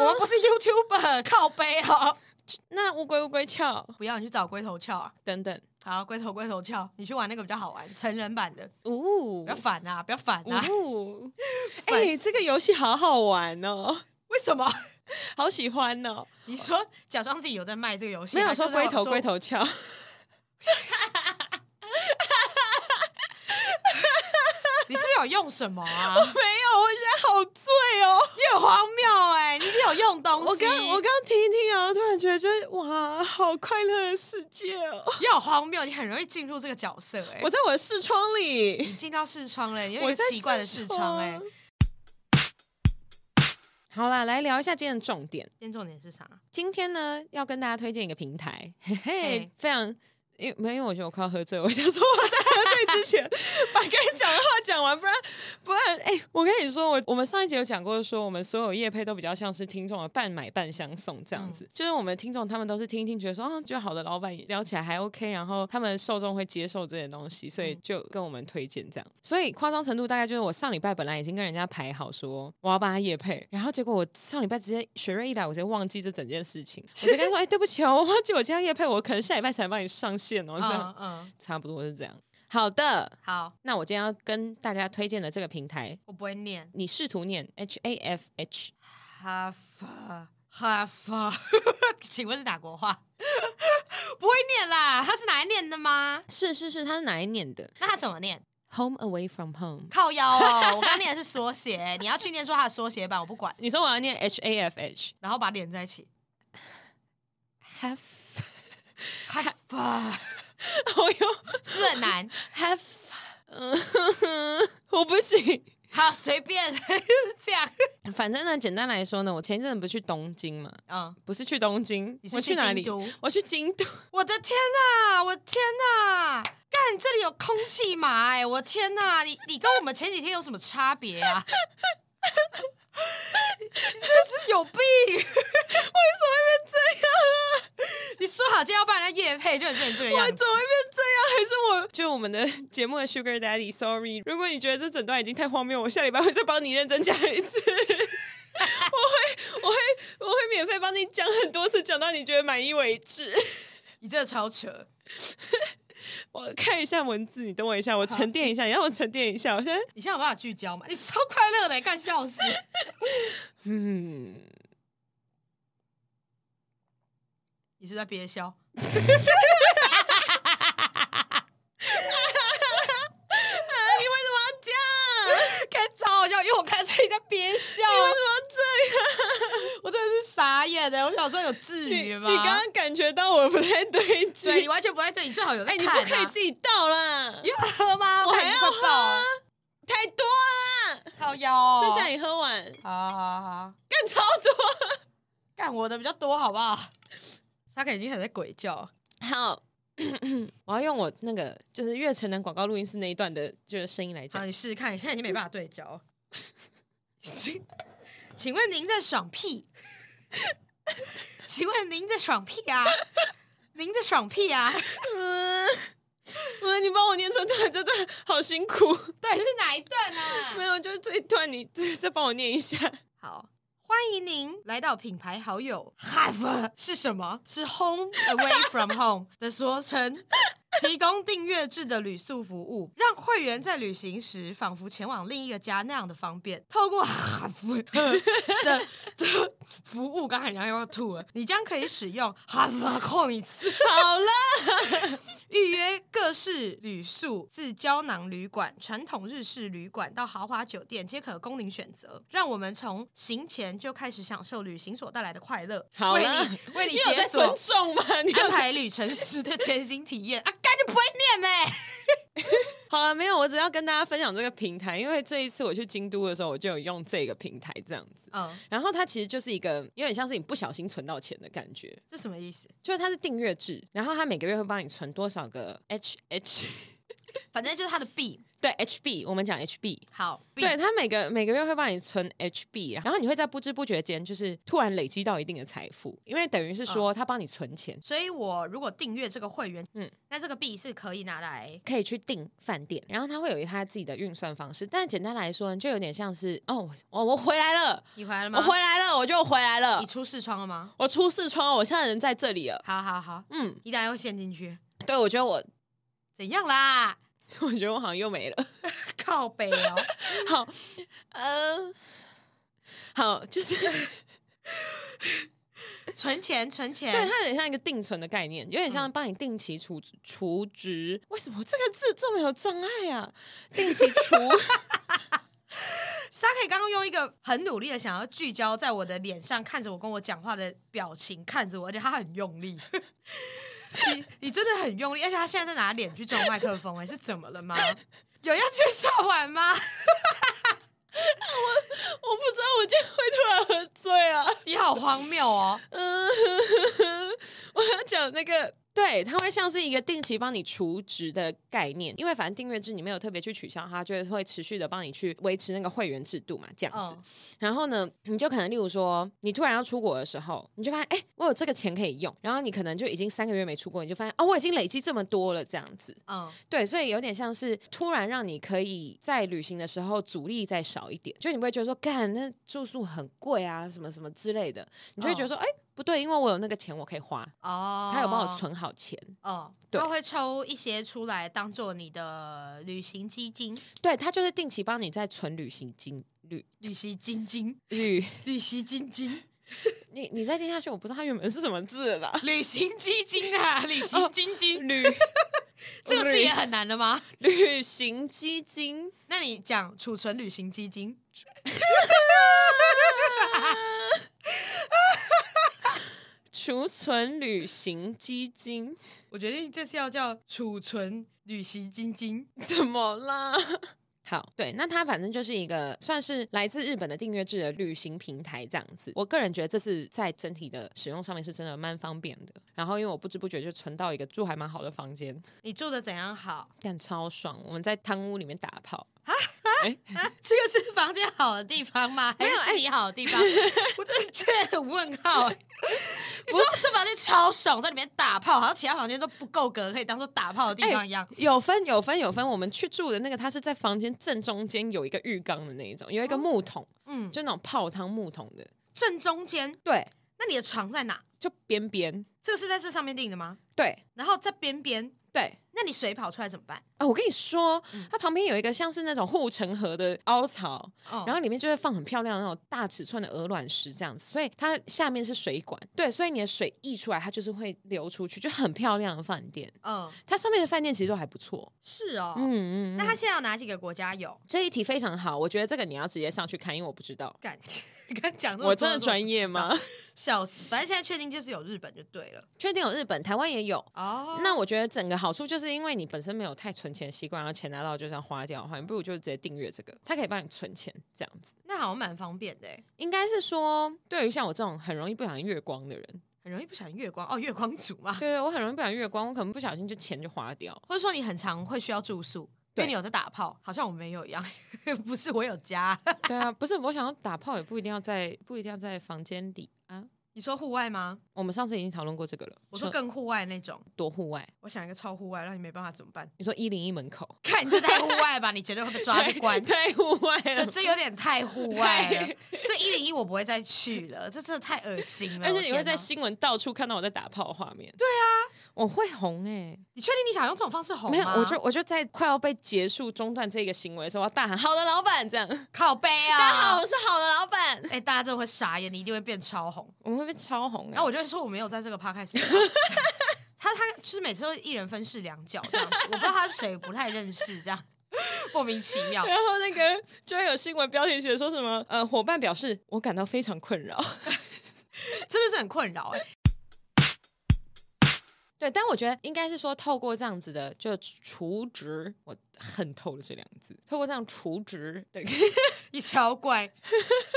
Speaker 1: 我们不是 YouTuber 靠背哦。
Speaker 2: 那乌龟乌龟翘
Speaker 1: 不要，你去找龟头翘啊。
Speaker 2: 等等，
Speaker 1: 好，龟头龟头翘，你去玩那个比较好玩，成人版的，
Speaker 2: 呜
Speaker 1: 不要烦啊，不要烦啊。
Speaker 2: 呜，
Speaker 1: 烦
Speaker 2: 哎，这个游戏好好玩哦，
Speaker 1: 为什么？
Speaker 2: 好喜欢哦。
Speaker 1: 你说假装自己有在卖这个游戏，
Speaker 2: 没有
Speaker 1: 还是
Speaker 2: 说龟头龟
Speaker 1: 说
Speaker 2: 头翘，
Speaker 1: 你是不是有用什么啊？
Speaker 2: 没 有，我现在好醉哦。
Speaker 1: 你很荒谬哎、你一定有用东西。
Speaker 2: 我刚我刚听一听啊，我突然觉得就是哇，好快乐的世界哦！
Speaker 1: 你很荒谬，你很容易进入这个角色哎、
Speaker 2: 我在我的视窗里
Speaker 1: 你，进到视窗了，你有
Speaker 2: 我
Speaker 1: 一个
Speaker 2: 在啊
Speaker 1: 奇怪的
Speaker 2: 视
Speaker 1: 视窗哎、
Speaker 2: 窗欸好啦，来聊一下今天的重点。
Speaker 1: 今天重点是啥？
Speaker 2: 今天呢，要跟大家推荐一个平台，嘿嘿
Speaker 1: 嘿，
Speaker 2: 非常。因为没有，因为我觉得我快要喝醉，我想说我在喝醉之前 把该讲的话讲完，不然不然，哎、我跟你说，我我们上一集有讲过说我们所有业配都比较像是听众的半买半相送这样子，就是我们听众他们都是听一听，觉得说啊，觉得好的老板聊起来还 OK，然后他们受众会接受这些东西，所以就跟我们推荐这样。所以夸张程度大概就是我上礼拜本来已经跟人家排好说我要帮他业配，然后结果我上礼拜直接雪瑞一来，我直接忘记这整件事情，我就跟他说，哎、对不起哦，我忘记我今天业配，我可能下礼拜才帮你上线哦，这样、
Speaker 1: 嗯嗯，
Speaker 2: 差不多是这样。好的，
Speaker 1: 好，
Speaker 2: 那我今天要跟大家推荐的这个平台
Speaker 1: 我不会念。
Speaker 2: 你试图念 H A F H，
Speaker 1: 哈法哈法， 请问是哪国话？ 不会念啦，他是哪来念的吗？
Speaker 2: 是是是，它是哪一年的
Speaker 1: 那他怎么念？
Speaker 2: ？Home Away from Home。
Speaker 1: 靠腰哦，我刚念的是缩写，你要去念出它的缩写版，我不管，
Speaker 2: 你说我要念 H A F H
Speaker 1: 然后把它连在一起。
Speaker 2: have，
Speaker 1: 哈法
Speaker 2: 我用
Speaker 1: 是不是很难？
Speaker 2: have，嗯， 我不行。
Speaker 1: 好，随便 这样。
Speaker 2: 反正呢，简单来说呢，我前一阵子不是去东京嘛，
Speaker 1: 嗯，
Speaker 2: 不是去东京，
Speaker 1: 你是
Speaker 2: 我
Speaker 1: 去
Speaker 2: 哪
Speaker 1: 京
Speaker 2: 里
Speaker 1: 都？
Speaker 2: 我去京都。
Speaker 1: 我的天啊，我的天啊！干，你这里有空气马哎、我的天呐、你你跟我们前几天有什么差别 啊？你真是有病！为什么会变这样啊？你说好今天要帮人家夜配，就你变成这个
Speaker 2: 我
Speaker 1: 样
Speaker 2: 怎
Speaker 1: 子。
Speaker 2: 么会变这样？还是我就我们的节目的 Sugar Daddy，Sorry，如果你觉得这整段已经太荒谬，我下礼拜会再帮你认真讲 一次。我会，我会，我会免费帮你讲很多次，讲到你觉得满意为止。
Speaker 1: 你真的超扯！
Speaker 2: 我看一下文字，你等我一下，我沉淀一下，你让我沉淀一下。我现在，
Speaker 1: 你现在有办法聚焦吗？你超快乐的、欸干笑死！
Speaker 2: 嗯，
Speaker 1: 你是不是在憋笑？
Speaker 2: 啊，你为什么要这样？
Speaker 1: 看超好笑，因为我看出你在憋笑，啊
Speaker 2: 你为什么要这样？
Speaker 1: 我真的是傻眼的、欸我想说有至
Speaker 2: 你
Speaker 1: 于吗？
Speaker 2: 你刚刚感觉到我不太对
Speaker 1: 对你
Speaker 2: 劲，
Speaker 1: 完全不会对，你最好有在
Speaker 2: 哎，你
Speaker 1: 看、
Speaker 2: 不
Speaker 1: 啊
Speaker 2: 可以自己倒啦
Speaker 1: 你，要喝吗？
Speaker 2: 我
Speaker 1: 看
Speaker 2: 还
Speaker 1: 你
Speaker 2: 要
Speaker 1: 快
Speaker 2: 喝
Speaker 1: 爆
Speaker 2: 啊
Speaker 1: 了，
Speaker 2: 太多啦，
Speaker 1: 靠腰、哦。
Speaker 2: 剩下你喝完。
Speaker 1: 好好好，
Speaker 2: 更超多。
Speaker 1: 干我的比较多，好不 好？他肯定很在鬼叫，
Speaker 2: 好， 我要用我那个就是月城南广告录音室那一段的就是声音来
Speaker 1: 好，
Speaker 2: 讲。
Speaker 1: 你试试看，你现在已经没办法对焦。请请问您在爽 屁？请问您在爽屁啊？您在爽屁啊？
Speaker 2: 嗯，嗯，你帮我念这段，这段好辛苦。
Speaker 1: 对，是哪一段啊
Speaker 2: 没有，就是这一段你再再帮我念一下。
Speaker 1: 好，欢迎您来到品牌好友 Have 是什么？是 Home Away from Home 的缩称，提供订阅制的旅宿服务，让会员在旅行时仿佛前往另一个家那样的方便。透过 Have 的的服务，刚才人家要吐了，你将可以使用 Have Home 一次。
Speaker 2: 好了，
Speaker 1: 预约各式旅宿，自胶囊旅馆、传统日式旅馆到豪华酒店，皆可供您选择。让我们从行前就开始享受旅行所带来的快乐。
Speaker 2: 好
Speaker 1: 为
Speaker 2: 了
Speaker 1: 你为 你
Speaker 2: 你有
Speaker 1: 解
Speaker 2: 在
Speaker 1: 锁
Speaker 2: 尊重 吗？你 有
Speaker 1: 安排旅程时的全新体 验啊！干就不会念呗、
Speaker 2: 好了，没有，我只要跟大家分享这个平台，因为这一次我去京都的时候，我就有用这个平台这样子。
Speaker 1: 嗯，
Speaker 2: 然后它其实就是一个有点像是你不小心存到钱的感觉，
Speaker 1: 这什么意思？
Speaker 2: 就是它是订阅制，然后它每个月会帮你存多少个 H H
Speaker 1: 反正就是它的 B，
Speaker 2: 对 HB，我们讲 HB，
Speaker 1: 好，
Speaker 2: 对他每个每个月会帮你存 HB，然后你会在不知不觉间就是突然累积到一定的财富，因为等于是说他帮你存钱，
Speaker 1: 所以我如果订阅这个会员，嗯
Speaker 2: 嗯，
Speaker 1: 那这个币是可以拿来
Speaker 2: 可以去订饭店，然后他会有他自己的运算方式。但简单来说，就有点像是哦，我我回来了，
Speaker 1: 你回来了吗？
Speaker 2: 我回来了，我就回来了
Speaker 1: 你，出视窗了吗？
Speaker 2: 我出视窗，我现在人在这里了。
Speaker 1: 好好好，
Speaker 2: 嗯，
Speaker 1: 你等下又陷进去，
Speaker 2: 对，我觉得我，
Speaker 1: 怎样啦？
Speaker 2: 我觉得我好像又没了。
Speaker 1: 靠北哦，
Speaker 2: 好，呃，好， 就是
Speaker 1: 存钱存钱，
Speaker 2: 对它有点像一个定存的概念，有点像帮你定期储储值。为什么这个字这么有障碍 啊？定期 储
Speaker 1: 沙可以刚刚用一个很努力的想要聚焦在我的脸上，看着我跟我讲话的表情，看着我，而且他很用力。你你真的很用力，而且他现在在拿脸去撞麦克风、哎，是怎么了吗？有要介绍完吗？
Speaker 2: 我不知道，我就会突然喝醉啊。
Speaker 1: 你好荒谬哦！
Speaker 2: 嗯， 我要讲那个。对，它会像是一个定期帮你除值的概念，因为反正订阅制你没有特别去取消它，就会持续的帮你去维持那个会员制度嘛，这样子。
Speaker 1: 嗯，
Speaker 2: 然后呢，你就可能例如说，你突然要出国的时候，你就发现，哎、我有这个钱可以用，然后你可能就已经三个月没出国，你就发现，哦，我已经累积这么多了，这样子。
Speaker 1: 嗯，
Speaker 2: 对，所以有点像是突然让你可以在旅行的时候阻力再少一点，就你不会觉得说，干那住宿很贵啊，什么什么之类的，你就会觉得说，哎、不对，因为我有那个钱，我可以花，
Speaker 1: 哦，
Speaker 2: 他有帮我存好钱。
Speaker 1: 哦，
Speaker 2: 对
Speaker 1: 他会抽一些出来当做你的旅行基金、
Speaker 2: 对他就是定期帮你在存旅行金旅
Speaker 1: 旅行基金、
Speaker 2: 旅，
Speaker 1: 旅行基金、
Speaker 2: 你你再听下去，我不知道它原本是什么字了啦。
Speaker 1: 旅行基金啊，旅行基金，
Speaker 2: 旅
Speaker 1: 这个字也很难的吗？
Speaker 2: 旅行基金，
Speaker 1: 那你讲储存旅行基金，
Speaker 2: 储存旅行基金，
Speaker 1: 我决定这次要叫储存旅行基金。
Speaker 2: 怎么啦？好，对，那它反正就是一个算是来自日本的订阅制的旅行平台这样子。我个人觉得这次在整体的使用上面是真的蛮方便的。然后因为我不知不觉就存到一个住还蛮好的房间，
Speaker 1: 你住的怎样 好？
Speaker 2: 但超爽。我们在汤屋里面打炮，
Speaker 1: 啊，这个是房间好的地方吗？没
Speaker 2: 有
Speaker 1: 是你好的地方？ 我真的觉得很问 号、欸。你说这房间超爽，在里面打炮，好像其他房间都不够格可以当做打炮的地方一样。
Speaker 2: 有分有分有分。我们去住的那个，它是在房间正中间有一个浴缸的那一种，有一个木桶，
Speaker 1: 嗯，
Speaker 2: 就那种泡汤木桶的。
Speaker 1: 正中间，
Speaker 2: 对，
Speaker 1: 那你的床在哪？
Speaker 2: 就边边，
Speaker 1: 这个是在这上面订的吗？
Speaker 2: 对
Speaker 1: 然后在边边，
Speaker 2: 对。
Speaker 1: 那你水跑出来怎么办？
Speaker 2: 啊，我跟你说，它旁边有一个像是那种护城河的凹槽，
Speaker 1: 哦
Speaker 2: 然后里面就会放很漂亮的那种大尺寸的鹅卵石这样子，所以它下面是水管，对，所以你的水溢出来，它就是会流出去，就很漂亮的饭店。
Speaker 1: 嗯，
Speaker 2: 它上面的饭店其实都还不错，
Speaker 1: 是哦。
Speaker 2: 嗯嗯
Speaker 1: 那
Speaker 2: 嗯。
Speaker 1: 他现在有哪几个国家有？
Speaker 2: 这一题非常好，我觉得这个你要直接上去看，因为我不知道，
Speaker 1: 敢敢讲这么多
Speaker 2: 我真的专业吗？
Speaker 1: 笑死，反正现在确定就是有日本就对了。
Speaker 2: 确定有日本、台湾也有。
Speaker 1: 哦，
Speaker 2: 那我觉得整个好处就是因为你本身没有太存钱的习惯，然后钱拿到就是要花掉的话，你不如就直接订阅这个，它可以帮你存钱这样子。
Speaker 1: 那好像蛮方便的欸，
Speaker 2: 应该是说，对于像我这种很容易不小心月光的人，
Speaker 1: 很容易不小心月光哦，月光族嘛，
Speaker 2: 对我很容易不小心月光，我可能不小心就钱就花掉。
Speaker 1: 或者说你很常会需要住宿，因
Speaker 2: 对
Speaker 1: 为你有在打炮，好像我没有一样， 不是我有家。
Speaker 2: 对啊，不是我想要打炮，也不一定要在不一定要在房间里啊。
Speaker 1: 你说户外吗？
Speaker 2: 我们上次已经讨论过这个了。
Speaker 1: 我说
Speaker 2: 说
Speaker 1: 更户外那种，
Speaker 2: 多户外，
Speaker 1: 我想一个超户外，让你没办法怎么办？
Speaker 2: 你说一零一门口。
Speaker 1: 看你这太户外吧，你绝对会被抓去关
Speaker 2: 太户外
Speaker 1: 这
Speaker 2: 了。
Speaker 1: 这有点太户外了
Speaker 2: 对，
Speaker 1: 这一零一我不会再去了，这真的太恶心了。
Speaker 2: 而
Speaker 1: 我
Speaker 2: 且
Speaker 1: 的
Speaker 2: 你会
Speaker 1: 天
Speaker 2: 在
Speaker 1: 哪
Speaker 2: 新闻到处看到我在打炮的画面。对啊，我会红哎、
Speaker 1: 你确定你想用这种方式红吗？
Speaker 2: 没有，我就我就在快要被结束中断这个行为的时候，我要大喊“好的，老板”这样。
Speaker 1: 靠背啊！
Speaker 2: 大家好，我是好的老板。
Speaker 1: 哎、大家真的会傻眼，你一定会变超红。
Speaker 2: 我们会被超红、欸。
Speaker 1: 然后我就会说我没有在这个 podcast 里面。 他他就是每次都一人分饰两角这样子，我不知道他是谁，不太认识这样，莫名其妙。
Speaker 2: 然后那个就会有新闻标题写说什么，呃，伙伴表示我感到非常困扰。
Speaker 1: 真的是很困扰哎、
Speaker 2: 对，但我觉得应该是说透过这样子的就除值，我恨透了这两个字。透过这样除职的，
Speaker 1: 你超怪，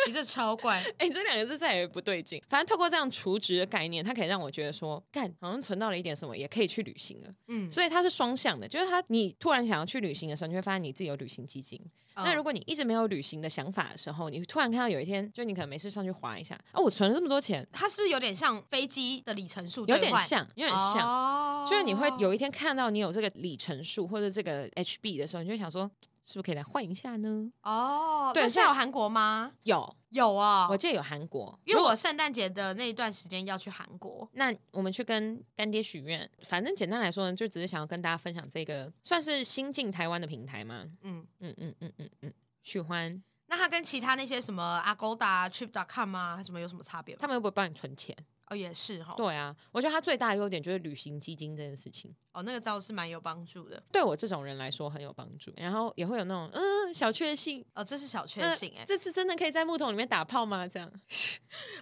Speaker 1: 你这超怪，
Speaker 2: 哎、这两个字再也不对劲。反正透过这样除职的概念，它可以让我觉得说，干，好像存到了一点什么，也可以去旅行了。
Speaker 1: 嗯，
Speaker 2: 所以它是双向的，就是它你突然想要去旅行的时候，你会发现你自己有旅行基金。那如
Speaker 1: 果
Speaker 2: 果你一直没有旅行的想法的时候，你突然看到有一天，就你可能没事上去划一下，啊，我存了这么多钱，
Speaker 1: 它是不是有点像飞机的里程数兑
Speaker 2: 有
Speaker 1: 换？哦
Speaker 2: 点像，有点像。
Speaker 1: 像
Speaker 2: 就是你会有一天看到你有这个里程数或者这个 HB 的时候，你就会想说，是不是可以来换一下呢？
Speaker 1: 哦，
Speaker 2: 对
Speaker 1: 那现
Speaker 2: 所以
Speaker 1: 在有韩国吗？
Speaker 2: 有，
Speaker 1: 有啊、
Speaker 2: 我记得有韩国，
Speaker 1: 因为我圣诞节的那一段时间要去韩国，
Speaker 2: 那我们去跟干爹许愿，反正简单来说呢，就只是想要跟大家分享这个算是新进台湾的平台嘛。
Speaker 1: 嗯，
Speaker 2: 嗯嗯嗯嗯嗯，许欢
Speaker 1: 那它跟其他那些什么 Agoda、Trip.com 啊什么有什么差别吗？
Speaker 2: 他们又不会帮你存钱。
Speaker 1: 哦，也是哈，
Speaker 2: 对啊，我觉得它最大的优点就是旅行基金这件事情，
Speaker 1: 哦，那个倒是蛮有帮助的。
Speaker 2: 对我这种人来说很有帮助。然后也会有那种嗯小确幸，
Speaker 1: 哦，这是小确
Speaker 2: 嗯
Speaker 1: 幸哎、
Speaker 2: 这次真的可以在木桶里面打炮吗？这样，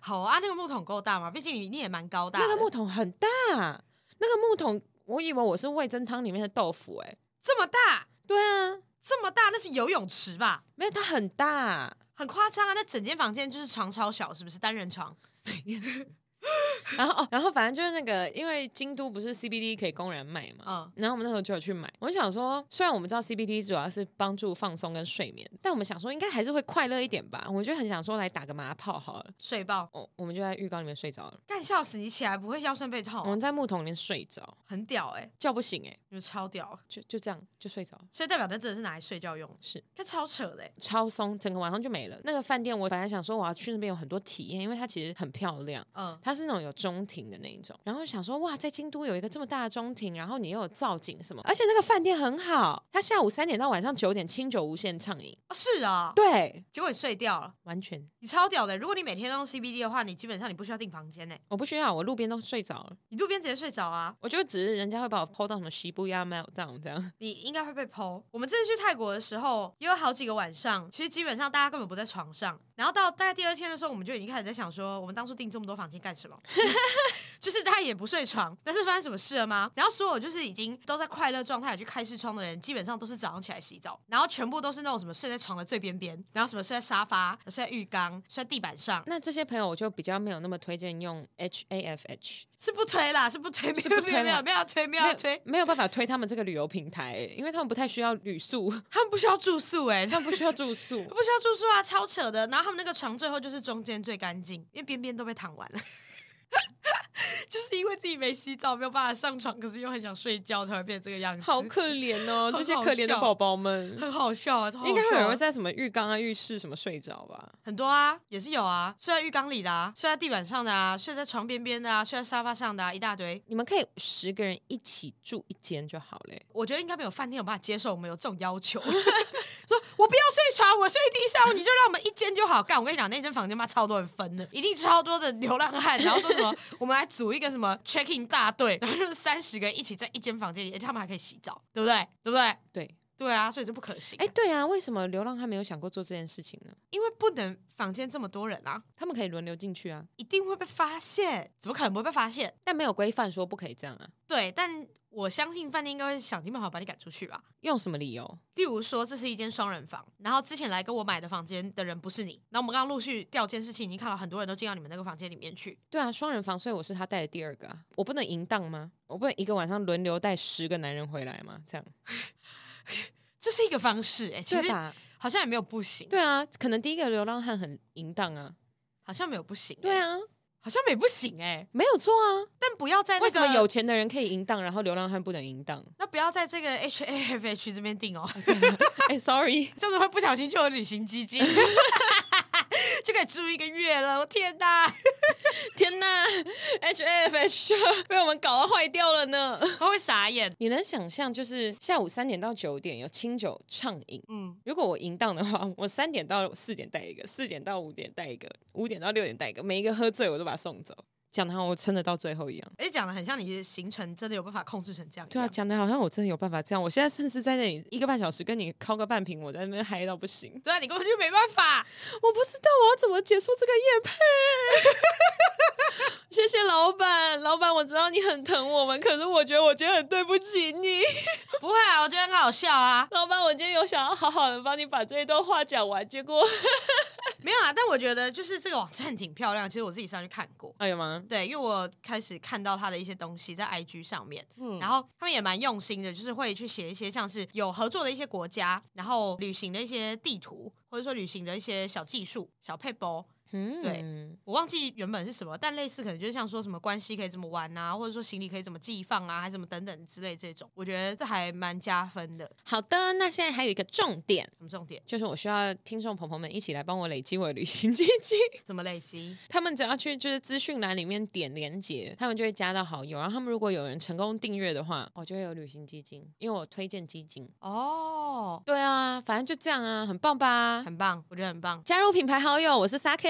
Speaker 1: 好啊，那个木桶够大吗？毕竟你你也蛮高大的，
Speaker 2: 那个木桶很大，那个木桶我以为我是味噌汤里面的豆腐哎、
Speaker 1: 这么大，
Speaker 2: 对啊，
Speaker 1: 这么大，那是游泳池吧？
Speaker 2: 没有它很大。
Speaker 1: 很夸张啊！那整间房间就是床超小，是不是单人床？
Speaker 2: 然后哦，然后反正就是那个，因为京都不是 CBD 可以公然卖嘛，
Speaker 1: 嗯
Speaker 2: 然后我们那时候就有去买。我就想说，虽然我们知道 CBD 主要是帮助放松跟睡眠，但我们想说应该还是会快乐一点吧。我就很想说来打个麻炮好了，
Speaker 1: 睡爆，
Speaker 2: 哦，我们就在浴缸里面睡着了，
Speaker 1: 干笑死！你起来不会腰酸背痛
Speaker 2: 我
Speaker 1: 哦、
Speaker 2: 们在木桶里面睡着，
Speaker 1: 很屌哎、
Speaker 2: 叫不醒哎、
Speaker 1: 你们超屌，
Speaker 2: 就就这样就睡着了。
Speaker 1: 所以代表那真的是拿来睡觉用的，
Speaker 2: 是
Speaker 1: 那超扯的、欸。
Speaker 2: 超松，整个晚上就没了。那个饭店，我本来想说我要去那边有很多体验，因为它其实很漂亮，
Speaker 1: 嗯，
Speaker 2: 它是那种有中庭的那一种。然后想说哇，在京都有一个这么大的中庭，然后你又有造景什么，而且那个饭店很好，它下午三点到晚上九点清酒无限畅饮，
Speaker 1: 哦是啊，
Speaker 2: 对，
Speaker 1: 结果你睡掉了，
Speaker 2: 完全
Speaker 1: 你超屌的欸、如果你每天都用 CBD 的话，你基本上你不需要订房间呢、欸
Speaker 2: 我不需要，我路边都睡着了。
Speaker 1: 你路边直接睡着啊，
Speaker 2: 我觉得只是人家会把我抛到什么西部亚 meltdown 这样，
Speaker 1: 你应该会被剖。我们这次去泰国的时候，也有好几个晚上，其实基本上大家根本不在床上。然后到大概第二天的时候，我们就已经开始在想说，我们当初订这么多房间干什么？ 就是大家也不睡床，但是发生什么事了吗？然后所有就是已经都在快乐状态去开视窗的人，基本上都是早上起来洗澡，然后全部都是那种什么睡在床的最边边，然后什么睡在沙发、睡在浴缸、睡在地板上，
Speaker 2: 那这些朋友我就比较没有那么推荐用 H A F H，
Speaker 1: 是不推啦，是不推，没
Speaker 2: 是
Speaker 1: 有
Speaker 2: 不
Speaker 1: 没有
Speaker 2: 推
Speaker 1: 没
Speaker 2: 啦
Speaker 1: 有没有推没
Speaker 2: 没
Speaker 1: 有
Speaker 2: 有
Speaker 1: 推，
Speaker 2: 没有办法推他们这个旅游平台、因为他们不太需要旅宿，
Speaker 1: 他们不需要住宿哎、
Speaker 2: 他们不需要住宿。
Speaker 1: 不需要住宿啊，超扯的。然后他们那个床最后就是中间最干净，因为边边都被躺完了。 就是因为自己没洗澡，没有办法上床，可是又很想睡觉，才会变成这个样子。
Speaker 2: 好可怜哦，
Speaker 1: 好
Speaker 2: 这些可怜的宝宝们，
Speaker 1: 很好笑啊，超好
Speaker 2: 应该会
Speaker 1: 笑
Speaker 2: 有
Speaker 1: 啊
Speaker 2: 人会在什么浴缸啊、浴室什么睡着吧？
Speaker 1: 很多啊，也是有啊，睡在浴缸里的啊，睡在地板上的啊，睡在床边边的啊，睡在沙发上的啊，一大堆。
Speaker 2: 你们可以十个人一起住一间就好嘞。
Speaker 1: 我觉得应该没有饭店有办法接受我们有这种要求， 说我不要睡床，我睡地上，你就让我们一间就好。干，我跟你讲，那间房间妈超多人分的，一定超多的流浪汉，然后说什么我们来组一个什么 check in 大队， 然后就是三十个人一起在一间房间里，而且他们还可以洗澡，对不对？对不对？
Speaker 2: 对，
Speaker 1: 对啊，所以这不可行。
Speaker 2: 哎、
Speaker 1: 哎、
Speaker 2: 对啊，为什么流浪汉没有想过做这件事情呢？
Speaker 1: 因为不能房间这么多人啊，
Speaker 2: 他们可以轮流进去啊，
Speaker 1: 一定会被发现，怎么可能不会被发现？
Speaker 2: 但没有规范说不可以这样啊。
Speaker 1: 对，但我相信饭店应该会想尽办法把你赶出去吧。
Speaker 2: 用什么理由？
Speaker 1: 例如说，这是一间双人房，然后之前来跟我买的房间的人不是你，那我们刚刚陆续调监视器，已经看到很多人都进到你们那个房间里面去。
Speaker 2: 对啊，双人房，所以我是他带的第二个、啊，我不能淫荡吗？我不能一个晚上轮流带十个男人回来吗？这样
Speaker 1: 这是一个方式、哎，其
Speaker 2: 对
Speaker 1: 实
Speaker 2: 吧？
Speaker 1: 好像也没有不行，
Speaker 2: 对啊，可能第一个流浪汉很淫荡啊，
Speaker 1: 好像没有不行、
Speaker 2: 对
Speaker 1: 哎，
Speaker 2: 啊，
Speaker 1: 好像没不行、哎，
Speaker 2: 没有错啊。
Speaker 1: 但不要在那
Speaker 2: 为
Speaker 1: 个
Speaker 2: 什么有钱的人可以淫荡，然后流浪汉不能淫荡？
Speaker 1: 那不要在这个 H A F H 这边定哦，
Speaker 2: 哎、s o r r y
Speaker 1: 这样子会不小心就有旅行基金，就可以住一个月了。我天哪，
Speaker 2: 天呐 h F H 被我们搞到坏掉了呢。
Speaker 1: 他会傻眼。
Speaker 2: 你能想象，就是下午三点到九点有清酒畅饮。
Speaker 1: 嗯，
Speaker 2: 如果我淫荡的话，我三点到四点带一个，四点到五点带一个，五点到六点带一个，每一个喝醉我都把他送走，讲的好像我撑得到最后一样。
Speaker 1: 而且讲的很像你的行程真的有办法控制成这样一样。
Speaker 2: 对啊，讲的好像我真的有办法这样。我现在甚至在那里一个半小时跟你敲个半瓶，我在那边嗨到不行。
Speaker 1: 对啊，你根本就没办法。
Speaker 2: 我不知道我要怎么结束这个夜配。 谢谢老板，老板，我知道你很疼我们，可是我觉得我今天很对不起你。
Speaker 1: 不会啊，我觉得很好笑啊。
Speaker 2: 老板，我今天有想要好好的帮你把这一段话讲完，结果……
Speaker 1: 没有啊，但我觉得就是这个网站挺漂亮，其实我自己上去看过。
Speaker 2: 哎呀妈！
Speaker 1: 对，因为我开始看到他的一些东西在 IG 上面，
Speaker 2: 嗯
Speaker 1: 然后他们也蛮用心的，就是会去写一些像是有合作的一些国家，然后旅行的一些地图，或者说旅行的一些小技术、小配包。
Speaker 2: 嗯
Speaker 1: 我忘记原本是什么，但类似可能就是像说什么关系可以怎么玩啊，或者说行李可以怎么寄放啊，还是什么等等之类这种，我觉得这还蛮加分的。
Speaker 2: 好的，那现在还有一个重点，
Speaker 1: 什么重点？
Speaker 2: 就是我需要听众朋友们一起来帮我累积我的旅行经济。
Speaker 1: 怎么累积？
Speaker 2: 他们只要去就是资讯栏里面点连接，他们就会加到好友。然后他们如果有人成功订阅的话，我就会有旅行基金，因为我推荐基金。
Speaker 1: 哦，
Speaker 2: 对啊，反正就这样啊，很棒吧？
Speaker 1: 很棒，我觉得很棒。
Speaker 2: 加入品牌好友，我是 Sake，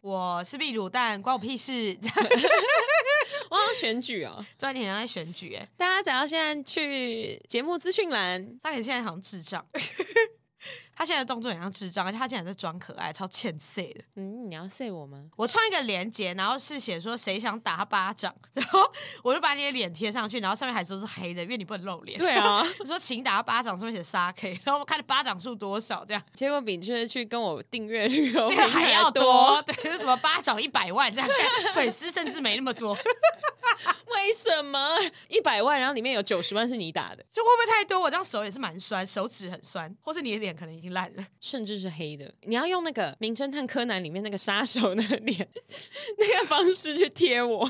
Speaker 1: 我是秘鲁蛋，关我屁事。
Speaker 2: 我好像选举哦。
Speaker 1: 赚点在选举、欸，哎，
Speaker 2: 大家只要现在去节目资讯栏，
Speaker 1: 萨克现在好像智障， 他现在的动作很像智障，而且他竟然在装可爱，超欠 C 的。
Speaker 2: 嗯，你要 say 我吗？
Speaker 1: 我创一个链接，然后是写说谁想打他巴掌， 然后我就把你的脸贴上去，然后上面还都是黑的，因为你不能露脸。
Speaker 2: 对啊，
Speaker 1: 我说请打他巴掌，上面写沙 K，然后我看你巴掌数多少，这样
Speaker 2: 结果比就是去跟我订阅旅
Speaker 1: 这
Speaker 2: 游平
Speaker 1: 个还
Speaker 2: 台
Speaker 1: 要多
Speaker 2: 哦多，，
Speaker 1: 对，就什么巴掌一百万这样， 粉丝甚至没那么多， 这会
Speaker 2: 为什么一百万，然后里面有九十万是你打的，
Speaker 1: 不会太多？我这样手也是蛮酸，手指很酸，或是你的脸可能已经烂了。
Speaker 2: 甚至是黑的？你要用那个《名侦探柯南》里面那个杀手那个脸 那个方式去贴我，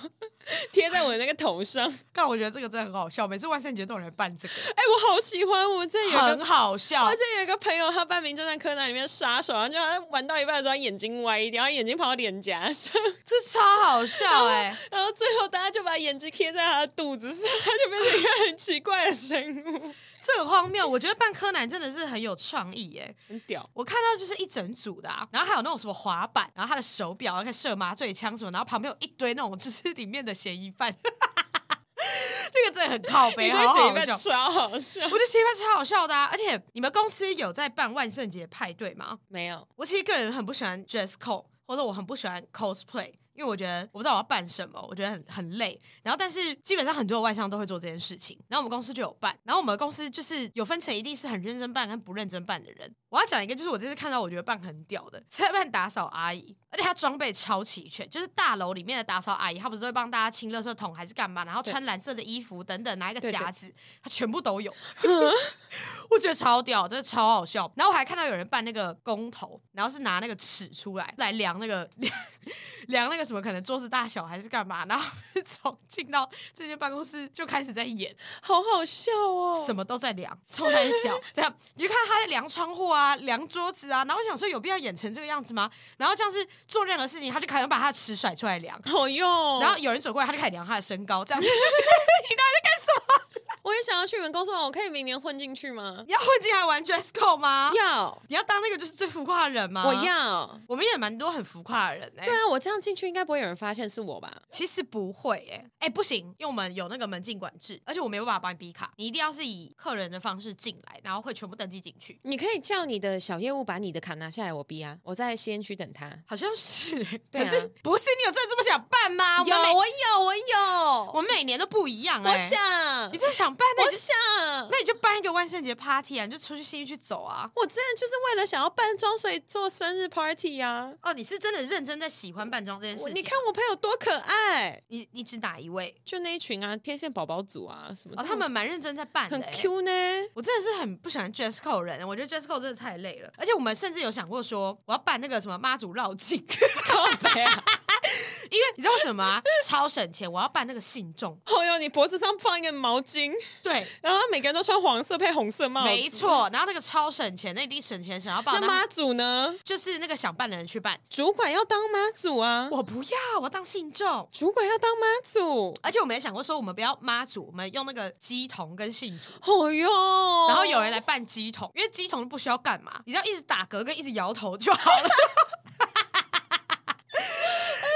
Speaker 2: 贴在我的那个头上。哎，
Speaker 1: 但我觉得这个真的很好笑，每次万圣节都有人办这个，
Speaker 2: 我好喜欢，我们这有一
Speaker 1: 很
Speaker 2: 个。
Speaker 1: 好笑
Speaker 2: 而。且有一个朋友，他扮《名侦探柯南》里面的杀手，然后就他玩到一半的时候，他眼睛歪一点，然后眼睛跑到脸颊上，
Speaker 1: 这超好笑哎、
Speaker 2: 然后最后大家就把眼睛贴在他的肚子上，他就变成一个很奇怪的生物，
Speaker 1: 这很荒谬。我觉得扮柯南真的是很有创意哎、
Speaker 2: 很 屌。
Speaker 1: 我看到就是一整组的、啊，然后还有那种什么滑板，然后他的手表，然后可以射麻醉枪什么，然后旁边有一堆那种就是 里面的嫌疑犯， 那个真的很靠
Speaker 2: 你
Speaker 1: 背，
Speaker 2: 对
Speaker 1: 好
Speaker 2: 谁
Speaker 1: 好
Speaker 2: 扮
Speaker 1: 笑。
Speaker 2: 超好笑？
Speaker 1: 我觉得嫌疑犯超好笑的、啊，而且你们公司有在办万圣节派对吗？
Speaker 2: 没有，
Speaker 1: 我其实个人很不喜欢 dress code，或者我很不喜欢 cosplay，因为我觉得我不知道我要扮什么，我觉得很很累。然后但是基本上很多外商都会做这件事情，然后我们公司就有办，然后我们公司就是有分成，一定是很认真办跟不认真办的人。我要讲一个，就是我这次看到我觉得办很屌的，是在办打扫阿姨，而且她装备超齐全，就是大楼里面的打扫阿姨，她不是都会帮大家清垃圾桶还是干嘛，然后
Speaker 2: 对
Speaker 1: 穿蓝色的衣服等等，拿一个
Speaker 2: 对对
Speaker 1: 夹子，她全部都有。我觉得超屌，真的超好笑。然后我还看到有人办那个公投，然后是拿那个尺出来来量那个量那个什么，可能桌子大小还是干嘛。然后从进到这间办公室就开始在演，
Speaker 2: 好好笑哦。
Speaker 1: 什么都在量，超胆小。这样你就看他在量窗户啊，量桌子啊。然后我想说，有必要演成这个样子吗？然后这样是做任何事情，他就可能把他的尺甩出来量。
Speaker 2: 好用？
Speaker 1: 然后有人走过来，他就开始量他的身高，这样
Speaker 2: 我也想要去你们公司玩，我可以明年混进去吗？
Speaker 1: 你要混进来玩 dress code
Speaker 2: 啊
Speaker 1: 吗？
Speaker 2: 要，
Speaker 1: 你要当那个就是最浮夸的人吗？
Speaker 2: 我。要。
Speaker 1: 我们也蛮多很浮夸的人哎、
Speaker 2: 对啊，我这样进去应该不会有人发现是我吧？
Speaker 1: 其实不会诶、欸，哎、不行，因为我们有那个门禁管制，而且我没有办法帮你逼卡，你一定要是以客人的方式进来，然后会全部登记进去。
Speaker 2: 你可以叫你的小业务把你的卡拿下来，我逼啊！我在吸烟区等他。
Speaker 1: 好像是、
Speaker 2: 对
Speaker 1: 可
Speaker 2: 啊
Speaker 1: 是不是你有真的这么想办吗？
Speaker 2: 有，
Speaker 1: 啊我们每
Speaker 2: 我有，我有，
Speaker 1: 我们每年都不一样、欸。
Speaker 2: 我，想
Speaker 1: 你，真的想办，那
Speaker 2: 我
Speaker 1: 你就
Speaker 2: 想。
Speaker 1: 那你就办一个万圣节 party 啊，你就出去新义去走啊。
Speaker 2: 我之前就是为了想要扮装，所以做生日 party 啊。
Speaker 1: 哦，你是真的认真在喜欢扮装这件事
Speaker 2: 我
Speaker 1: 情？
Speaker 2: 你看，我朋友多可爱，
Speaker 1: 你你指哪一位？
Speaker 2: 就那一群啊，天线宝宝组啊什么的，
Speaker 1: 哦，他们蛮认真在办的、
Speaker 2: 很
Speaker 1: 欸，
Speaker 2: Q 呢。
Speaker 1: 我真的是很不喜欢 dress code 的人，我觉得 dress code 真的太累了。而且我们甚至有想过说，我要办那个什么妈祖绕境，
Speaker 2: 靠背啊！
Speaker 1: 因为你知道为什么吗？超省钱，我要办那个信众。
Speaker 2: 哦哟，你脖子上放一个毛巾，
Speaker 1: 对，
Speaker 2: 然后每个人都穿黄色配红色帽子。
Speaker 1: 没。错。然后那个超省钱，那一定省钱，想要办
Speaker 2: 那
Speaker 1: 的
Speaker 2: 妈祖呢？
Speaker 1: 就是那个想办的人去办。
Speaker 2: 主管要当妈祖啊，
Speaker 1: 我不要，我要当信众。
Speaker 2: 主管要当妈祖。
Speaker 1: 而且我们也想过说，我们不要妈祖，我们用那个鸡童跟信徒。
Speaker 2: 哦哟，
Speaker 1: 然后有人来办鸡童，因为鸡童不需要干嘛，你只要一直打嗝啊跟一直摇头就好了。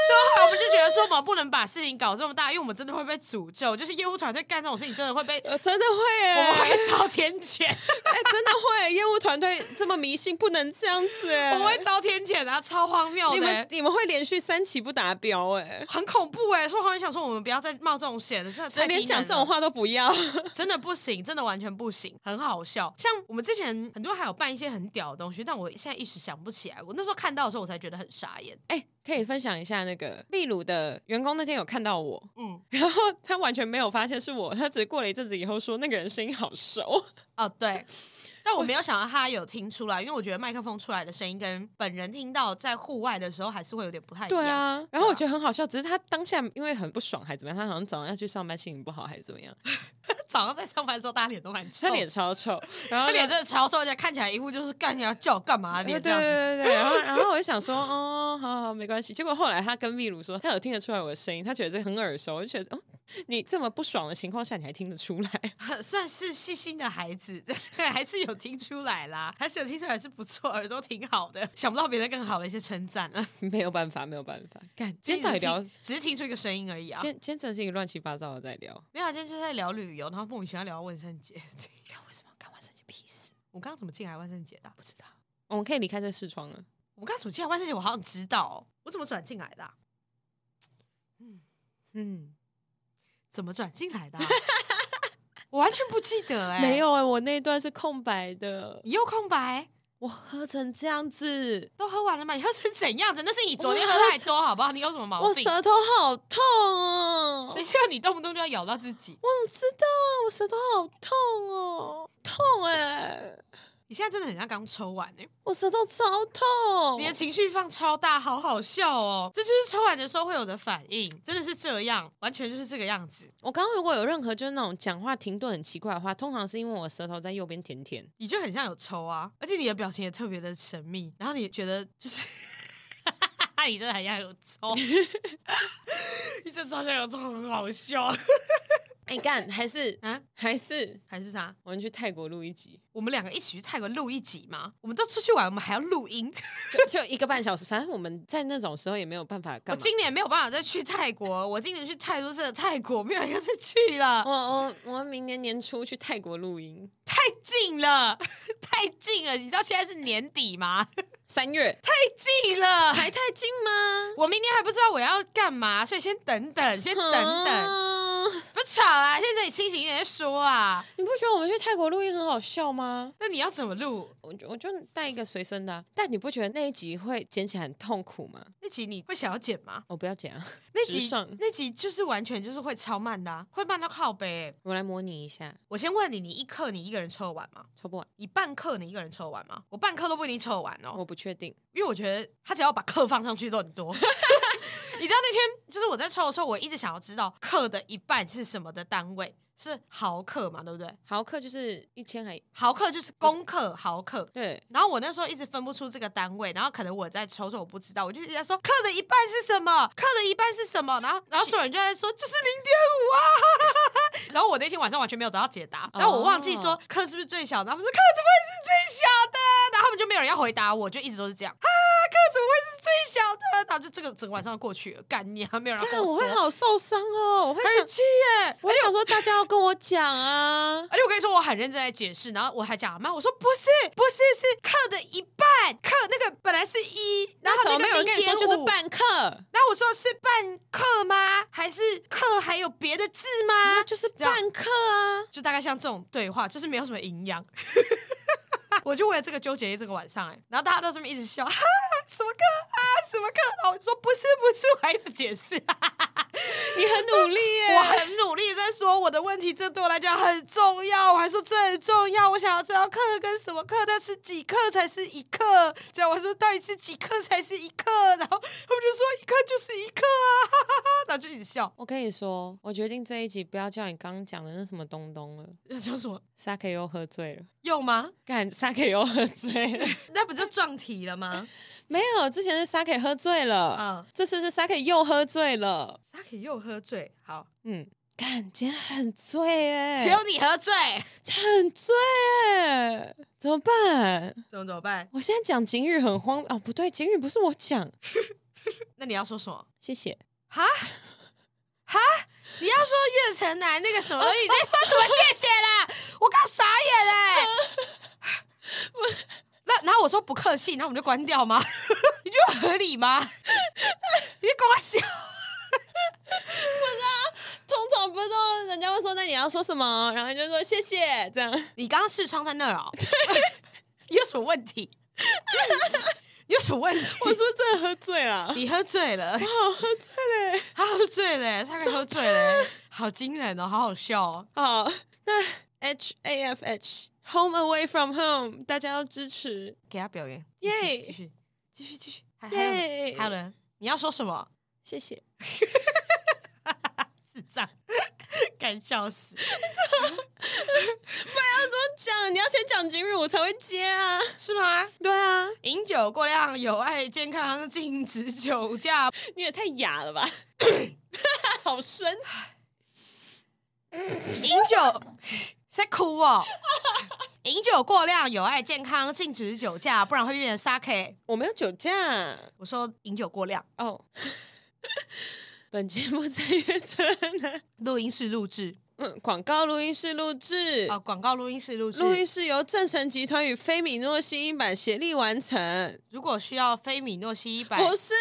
Speaker 1: 然后后来我们就觉得说，我们不能把事情搞这么大，因为我们真的会被诅咒。就是业务团队干这种事情，真的会 被
Speaker 2: 呃真的会
Speaker 1: 我
Speaker 2: 哎、
Speaker 1: 们会遭天谴，
Speaker 2: 哎、真的会，业务团队这么迷信，不能这样子哎、
Speaker 1: 我们会遭天谴的啊，超荒谬
Speaker 2: 你
Speaker 1: 的欸、
Speaker 2: 们你们会连续三期不达标哎、
Speaker 1: 很恐怖哎、所以我很想说，我们不要再冒这种险了，真的太
Speaker 2: 谁连
Speaker 1: 低能
Speaker 2: 讲
Speaker 1: 了
Speaker 2: 这种话都不要？
Speaker 1: 真的不行，真的完全不行，很好笑。像我们之前很多还有办一些很屌的东西，但我现在一时想不起来。我那时候看到的时候，我才觉得很傻眼。
Speaker 2: 哎、可以分享一下那个秘鲁的员工那天有看到我，
Speaker 1: 嗯，
Speaker 2: 然后他完全没有发现是我，他只是过了一阵子以后说那个人声音好熟。
Speaker 1: 哦 对，但我没有想到他有听出来，因为我觉得麦克风出来的声音跟本人听到在户外的时候还是会有点不太一样。
Speaker 2: 对，啊，然后我觉得很好笑，只是他当下因为很不爽还是怎么样，他好像早上要去上班，心情不好还是怎么样，
Speaker 1: 早上在上班的时候，大家脸都蛮臭，
Speaker 2: 他脸超 臭，然后
Speaker 1: 哦他脸真的超臭，而且看起来一副就是干你要叫我干嘛的
Speaker 2: 对
Speaker 1: 脸这
Speaker 2: 呃对
Speaker 1: 样子。
Speaker 2: 对对，然后然后我就想说，哦，好好没关系。结果后来他跟秘鲁说，他有听得出来我的声音，他觉得这很耳熟，我就觉得哦，你这么不爽的情况下，你还听得出来？
Speaker 1: 算是细心的孩子， 还是有听出来啦，还是有听出来是不错，耳朵挺好的。 想不到别人更好的一些称赞 了。
Speaker 2: 没有办法，没有办法。干，今天到底聊，今
Speaker 1: 只是听出一个声音而已啊。
Speaker 2: 天今天真的是一个乱七八糟的在聊，
Speaker 1: 没有啊，今天就在聊旅游，然后莫名其妙聊到万圣节。
Speaker 2: 为什么干完神经屁事？
Speaker 1: 我刚刚怎么进来万圣节的啊、
Speaker 2: 不知道。我们可以离开这视窗了。
Speaker 1: 我们刚刚怎么进来万圣节？我好想知道、哦，我怎么转进来的啊、
Speaker 2: 嗯，
Speaker 1: 怎么转进来 的啊、我完全不记得哎、
Speaker 2: 没，有哎、我那一段是空白的。
Speaker 1: 你又空白，
Speaker 2: 我喝成这样子，
Speaker 1: 都喝完了吗？你喝成怎样子？那是你昨天喝太多，好不好？你有什么毛
Speaker 2: 我
Speaker 1: 病？
Speaker 2: 舌头好痛哦！
Speaker 1: 谁叫你动不动就要咬到自己？
Speaker 2: 我知道啊，我舌头好痛哦，痛哎、
Speaker 1: 你现在真的很像刚抽完哎、
Speaker 2: 我舌头超痛。
Speaker 1: 你的情绪放超大，好好笑哦！这就是抽完的时候会有的反应，真的是这样，完全就是这个样子。
Speaker 2: 我刚刚如果有任何就是那种讲话停顿很奇怪的话，通常是因为我舌头在右边舔舔。
Speaker 1: 你就很像有抽啊，而且你的表情也特别的神秘，然后你觉得就是， 你真的很像有抽， 你真的超像有抽，很好笑
Speaker 2: 哎干，还是
Speaker 1: 啊！
Speaker 2: 还是
Speaker 1: 还是啥？
Speaker 2: 我们去泰国录一集，
Speaker 1: 我们两个一起去泰国录一集嘛？我们都出去玩，我们还要录音。
Speaker 2: 就就一个半小时，反正我们在那种时候也没有办法
Speaker 1: 我
Speaker 2: 干嘛。
Speaker 1: 今年没有办法再去泰国，我今年去泰都是泰国，没有人要再去了。
Speaker 2: 我我我们明年年初去泰国录音，
Speaker 1: 太近了， 太近了！你知道现在是年底吗？
Speaker 2: 三月
Speaker 1: 近了，
Speaker 2: 还太近吗？
Speaker 1: 我明年还不知道我要干嘛，所以先等等，
Speaker 2: 哎
Speaker 1: 先等等，
Speaker 2: 嗯
Speaker 1: 不吵啦，现在你清醒一点再说啊。
Speaker 2: 你不觉得我们去泰国录音很好笑吗？
Speaker 1: 那你要怎么录？
Speaker 2: 我就我就带一个随身的啊、但你不觉得那一集会剪起来很痛苦吗？
Speaker 1: 那集你会想要剪吗？
Speaker 2: 我不要剪啊，
Speaker 1: 那集
Speaker 2: 直上
Speaker 1: 那集就是完全就是会超慢的、啊，会慢到靠背欸、
Speaker 2: 我来模拟一下，
Speaker 1: 我先问你，你一课你一个人抽得完吗？
Speaker 2: 抽不完，
Speaker 1: 你半课你一个人抽得完吗？我半课都不一定抽得完哦。
Speaker 2: 我不确定。
Speaker 1: 因为我觉得他只要把课放上去都很多。 你知道那天就是我在抽的时候，我一直想要知道课的一半是什么的单位，是毫克嘛，对不对？
Speaker 2: 毫克就是一千还
Speaker 1: 毫克就是公克，毫克。
Speaker 2: 对，
Speaker 1: 然后我那时候一直分不出这个单位，然后可能我在抽的时候我不知道，我就一直在说课的一半是什么，课的一半是什么，然后然后所有人就在说就是零点五啊， 然后我那天晚上完全没有得到解答，然后我忘记
Speaker 2: 哦
Speaker 1: 说课是不是最小，然后他们说课怎么会是最小的，然后他们就没有人要回答我，就一直都是这样 啊，课怎么会是最小的，然后就这个整个晚上过去了，干你还啊没有人要
Speaker 2: 但
Speaker 1: 跟
Speaker 2: 我
Speaker 1: 我
Speaker 2: 会
Speaker 1: 说，
Speaker 2: 好受伤哦，我会想
Speaker 1: 很，气耶，哎
Speaker 2: 我会想说大家要跟我讲啊。
Speaker 1: 而且我跟你说，我很认真在解释，然后我还讲阿妈，我说不是，不是，是课的一半，课那个本来是一，然后
Speaker 2: 怎
Speaker 1: 那
Speaker 2: 么
Speaker 1: 个
Speaker 2: 没有人跟你说就是
Speaker 1: 0.5。
Speaker 2: 半克？
Speaker 1: 然后我说是半课吗？还是课还有别的字
Speaker 2: 啊，
Speaker 1: 吗？
Speaker 2: 就是半克啊！
Speaker 1: 就大概像这种对话，就是没有什么营养。 我就为了这个纠结一整个晚上哎、然后大家都这么一直笑，哈、什么课啊，什么课？然后我就说不是不是，我还一直解释，
Speaker 2: 你很努 力耶，
Speaker 1: 我很努力地在说我的问题，这对我来讲很重要。我还说这很重要，我想要知道课跟什么课，但是几课才是一课？这样我说到底是几课才是一课？然后他们就说一课就是一课啊，哈哈哈然后就一直笑。
Speaker 2: 我跟你说，我决定这一集不要叫你刚刚讲的那什么东东了。
Speaker 1: 那叫什么？
Speaker 2: 沙 K 又喝醉了，
Speaker 1: 有吗？
Speaker 2: 干沙 K 又喝醉 了，
Speaker 1: 那不就撞题了吗？
Speaker 2: 没有，之前是沙 K 喝醉了，
Speaker 1: 嗯
Speaker 2: 这次是沙 K 又喝醉了，
Speaker 1: s a k 又喝醉，好，
Speaker 2: 嗯，干，今天很醉哎、
Speaker 1: 只有你喝醉，
Speaker 2: 很醉哎、怎么办？
Speaker 1: 怎么怎么办？
Speaker 2: 我现在讲警语很慌哦，不对，警语不是我讲，
Speaker 1: 那你要说什么？
Speaker 2: 谢谢。
Speaker 1: 哈哈，你要说月城南那个什么而已，你在说什么谢谢啦？ 我刚傻眼嘞、 那然后我说不客气，然后我们就关掉吗？ 你觉得合理 吗？你跟我笑，
Speaker 2: 通常不是都人家会说，那你要说什么？然后你就说谢谢，这样。
Speaker 1: 你刚刚视窗在那儿哦， 你有什么问题？ 你有什么 问题？
Speaker 2: 我说真的喝醉 了，
Speaker 1: 你喝醉了，
Speaker 2: 好哦喝醉嘞。
Speaker 1: 他喝醉了，他给喝醉了，好惊人哦，好好笑哦。
Speaker 2: 好，那 H A F H Home Away from Home，大家要支持。
Speaker 1: 给他表演，
Speaker 2: 耶
Speaker 1: 继续继续继续，还还有
Speaker 2: 耶、
Speaker 1: 还有人，你要说什么？
Speaker 2: 谢谢。
Speaker 1: 智障，敢笑死！
Speaker 2: 我讲，你要先讲金玉，我才会接啊。
Speaker 1: 是吗？
Speaker 2: 对啊，
Speaker 1: 饮酒过量有害健康，禁止酒驾。
Speaker 2: 你也太哑了 吧，好深。
Speaker 1: 饮酒在哭哦。饮酒过量有害健康，禁止酒驾，不然会变成 sake。
Speaker 2: 我没有酒驾
Speaker 1: 我说饮酒过量，
Speaker 2: 哦。 本节目在月城南，
Speaker 1: 录音室录制
Speaker 2: 嗯，广告录音室录制。
Speaker 1: 啊，广告录音室录制。
Speaker 2: 哦录音室由正成集团与菲米诺新音版协力完成，
Speaker 1: 如果需要非米诺西一百，
Speaker 2: 不是，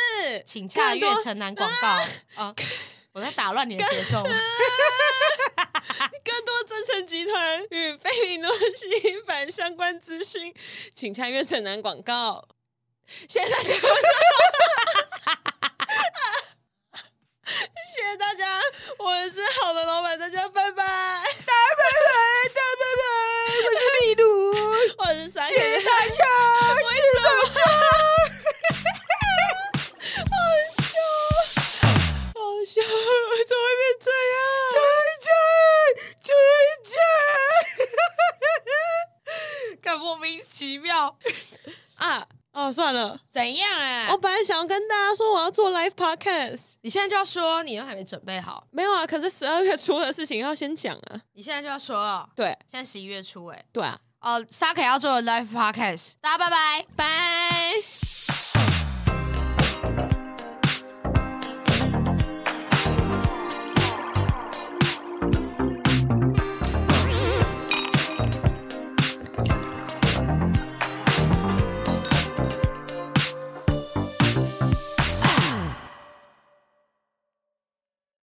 Speaker 1: 请洽
Speaker 2: 更多
Speaker 1: 月城南广告啊！我在打乱你的节 奏吗。
Speaker 2: 更多正成集团与菲米诺新音版相关资讯，请洽月城南广告。谢谢大家， 谢谢大家，我是好的老板，大家拜拜，大拜拜，大拜拜，
Speaker 1: 秘鲁，
Speaker 2: 我是傻姐，为
Speaker 1: 大 家。
Speaker 2: 什么？好笑，好笑， 怎么会变这样？
Speaker 1: 干莫名其妙，
Speaker 2: 啊，哦，算了，
Speaker 1: 怎样啊
Speaker 2: 我本来想要跟大家说我要做 live podcast，
Speaker 1: 你现在就要说，你又还没准备好，
Speaker 2: 没有啊，可是十二月初的事情要先讲啊。
Speaker 1: 你现在就要说哦。
Speaker 2: 对，
Speaker 1: 现在十一月初、欸，哎，
Speaker 2: 对啊，
Speaker 1: 哦，沙凯要做的 live podcast，大家拜拜，拜。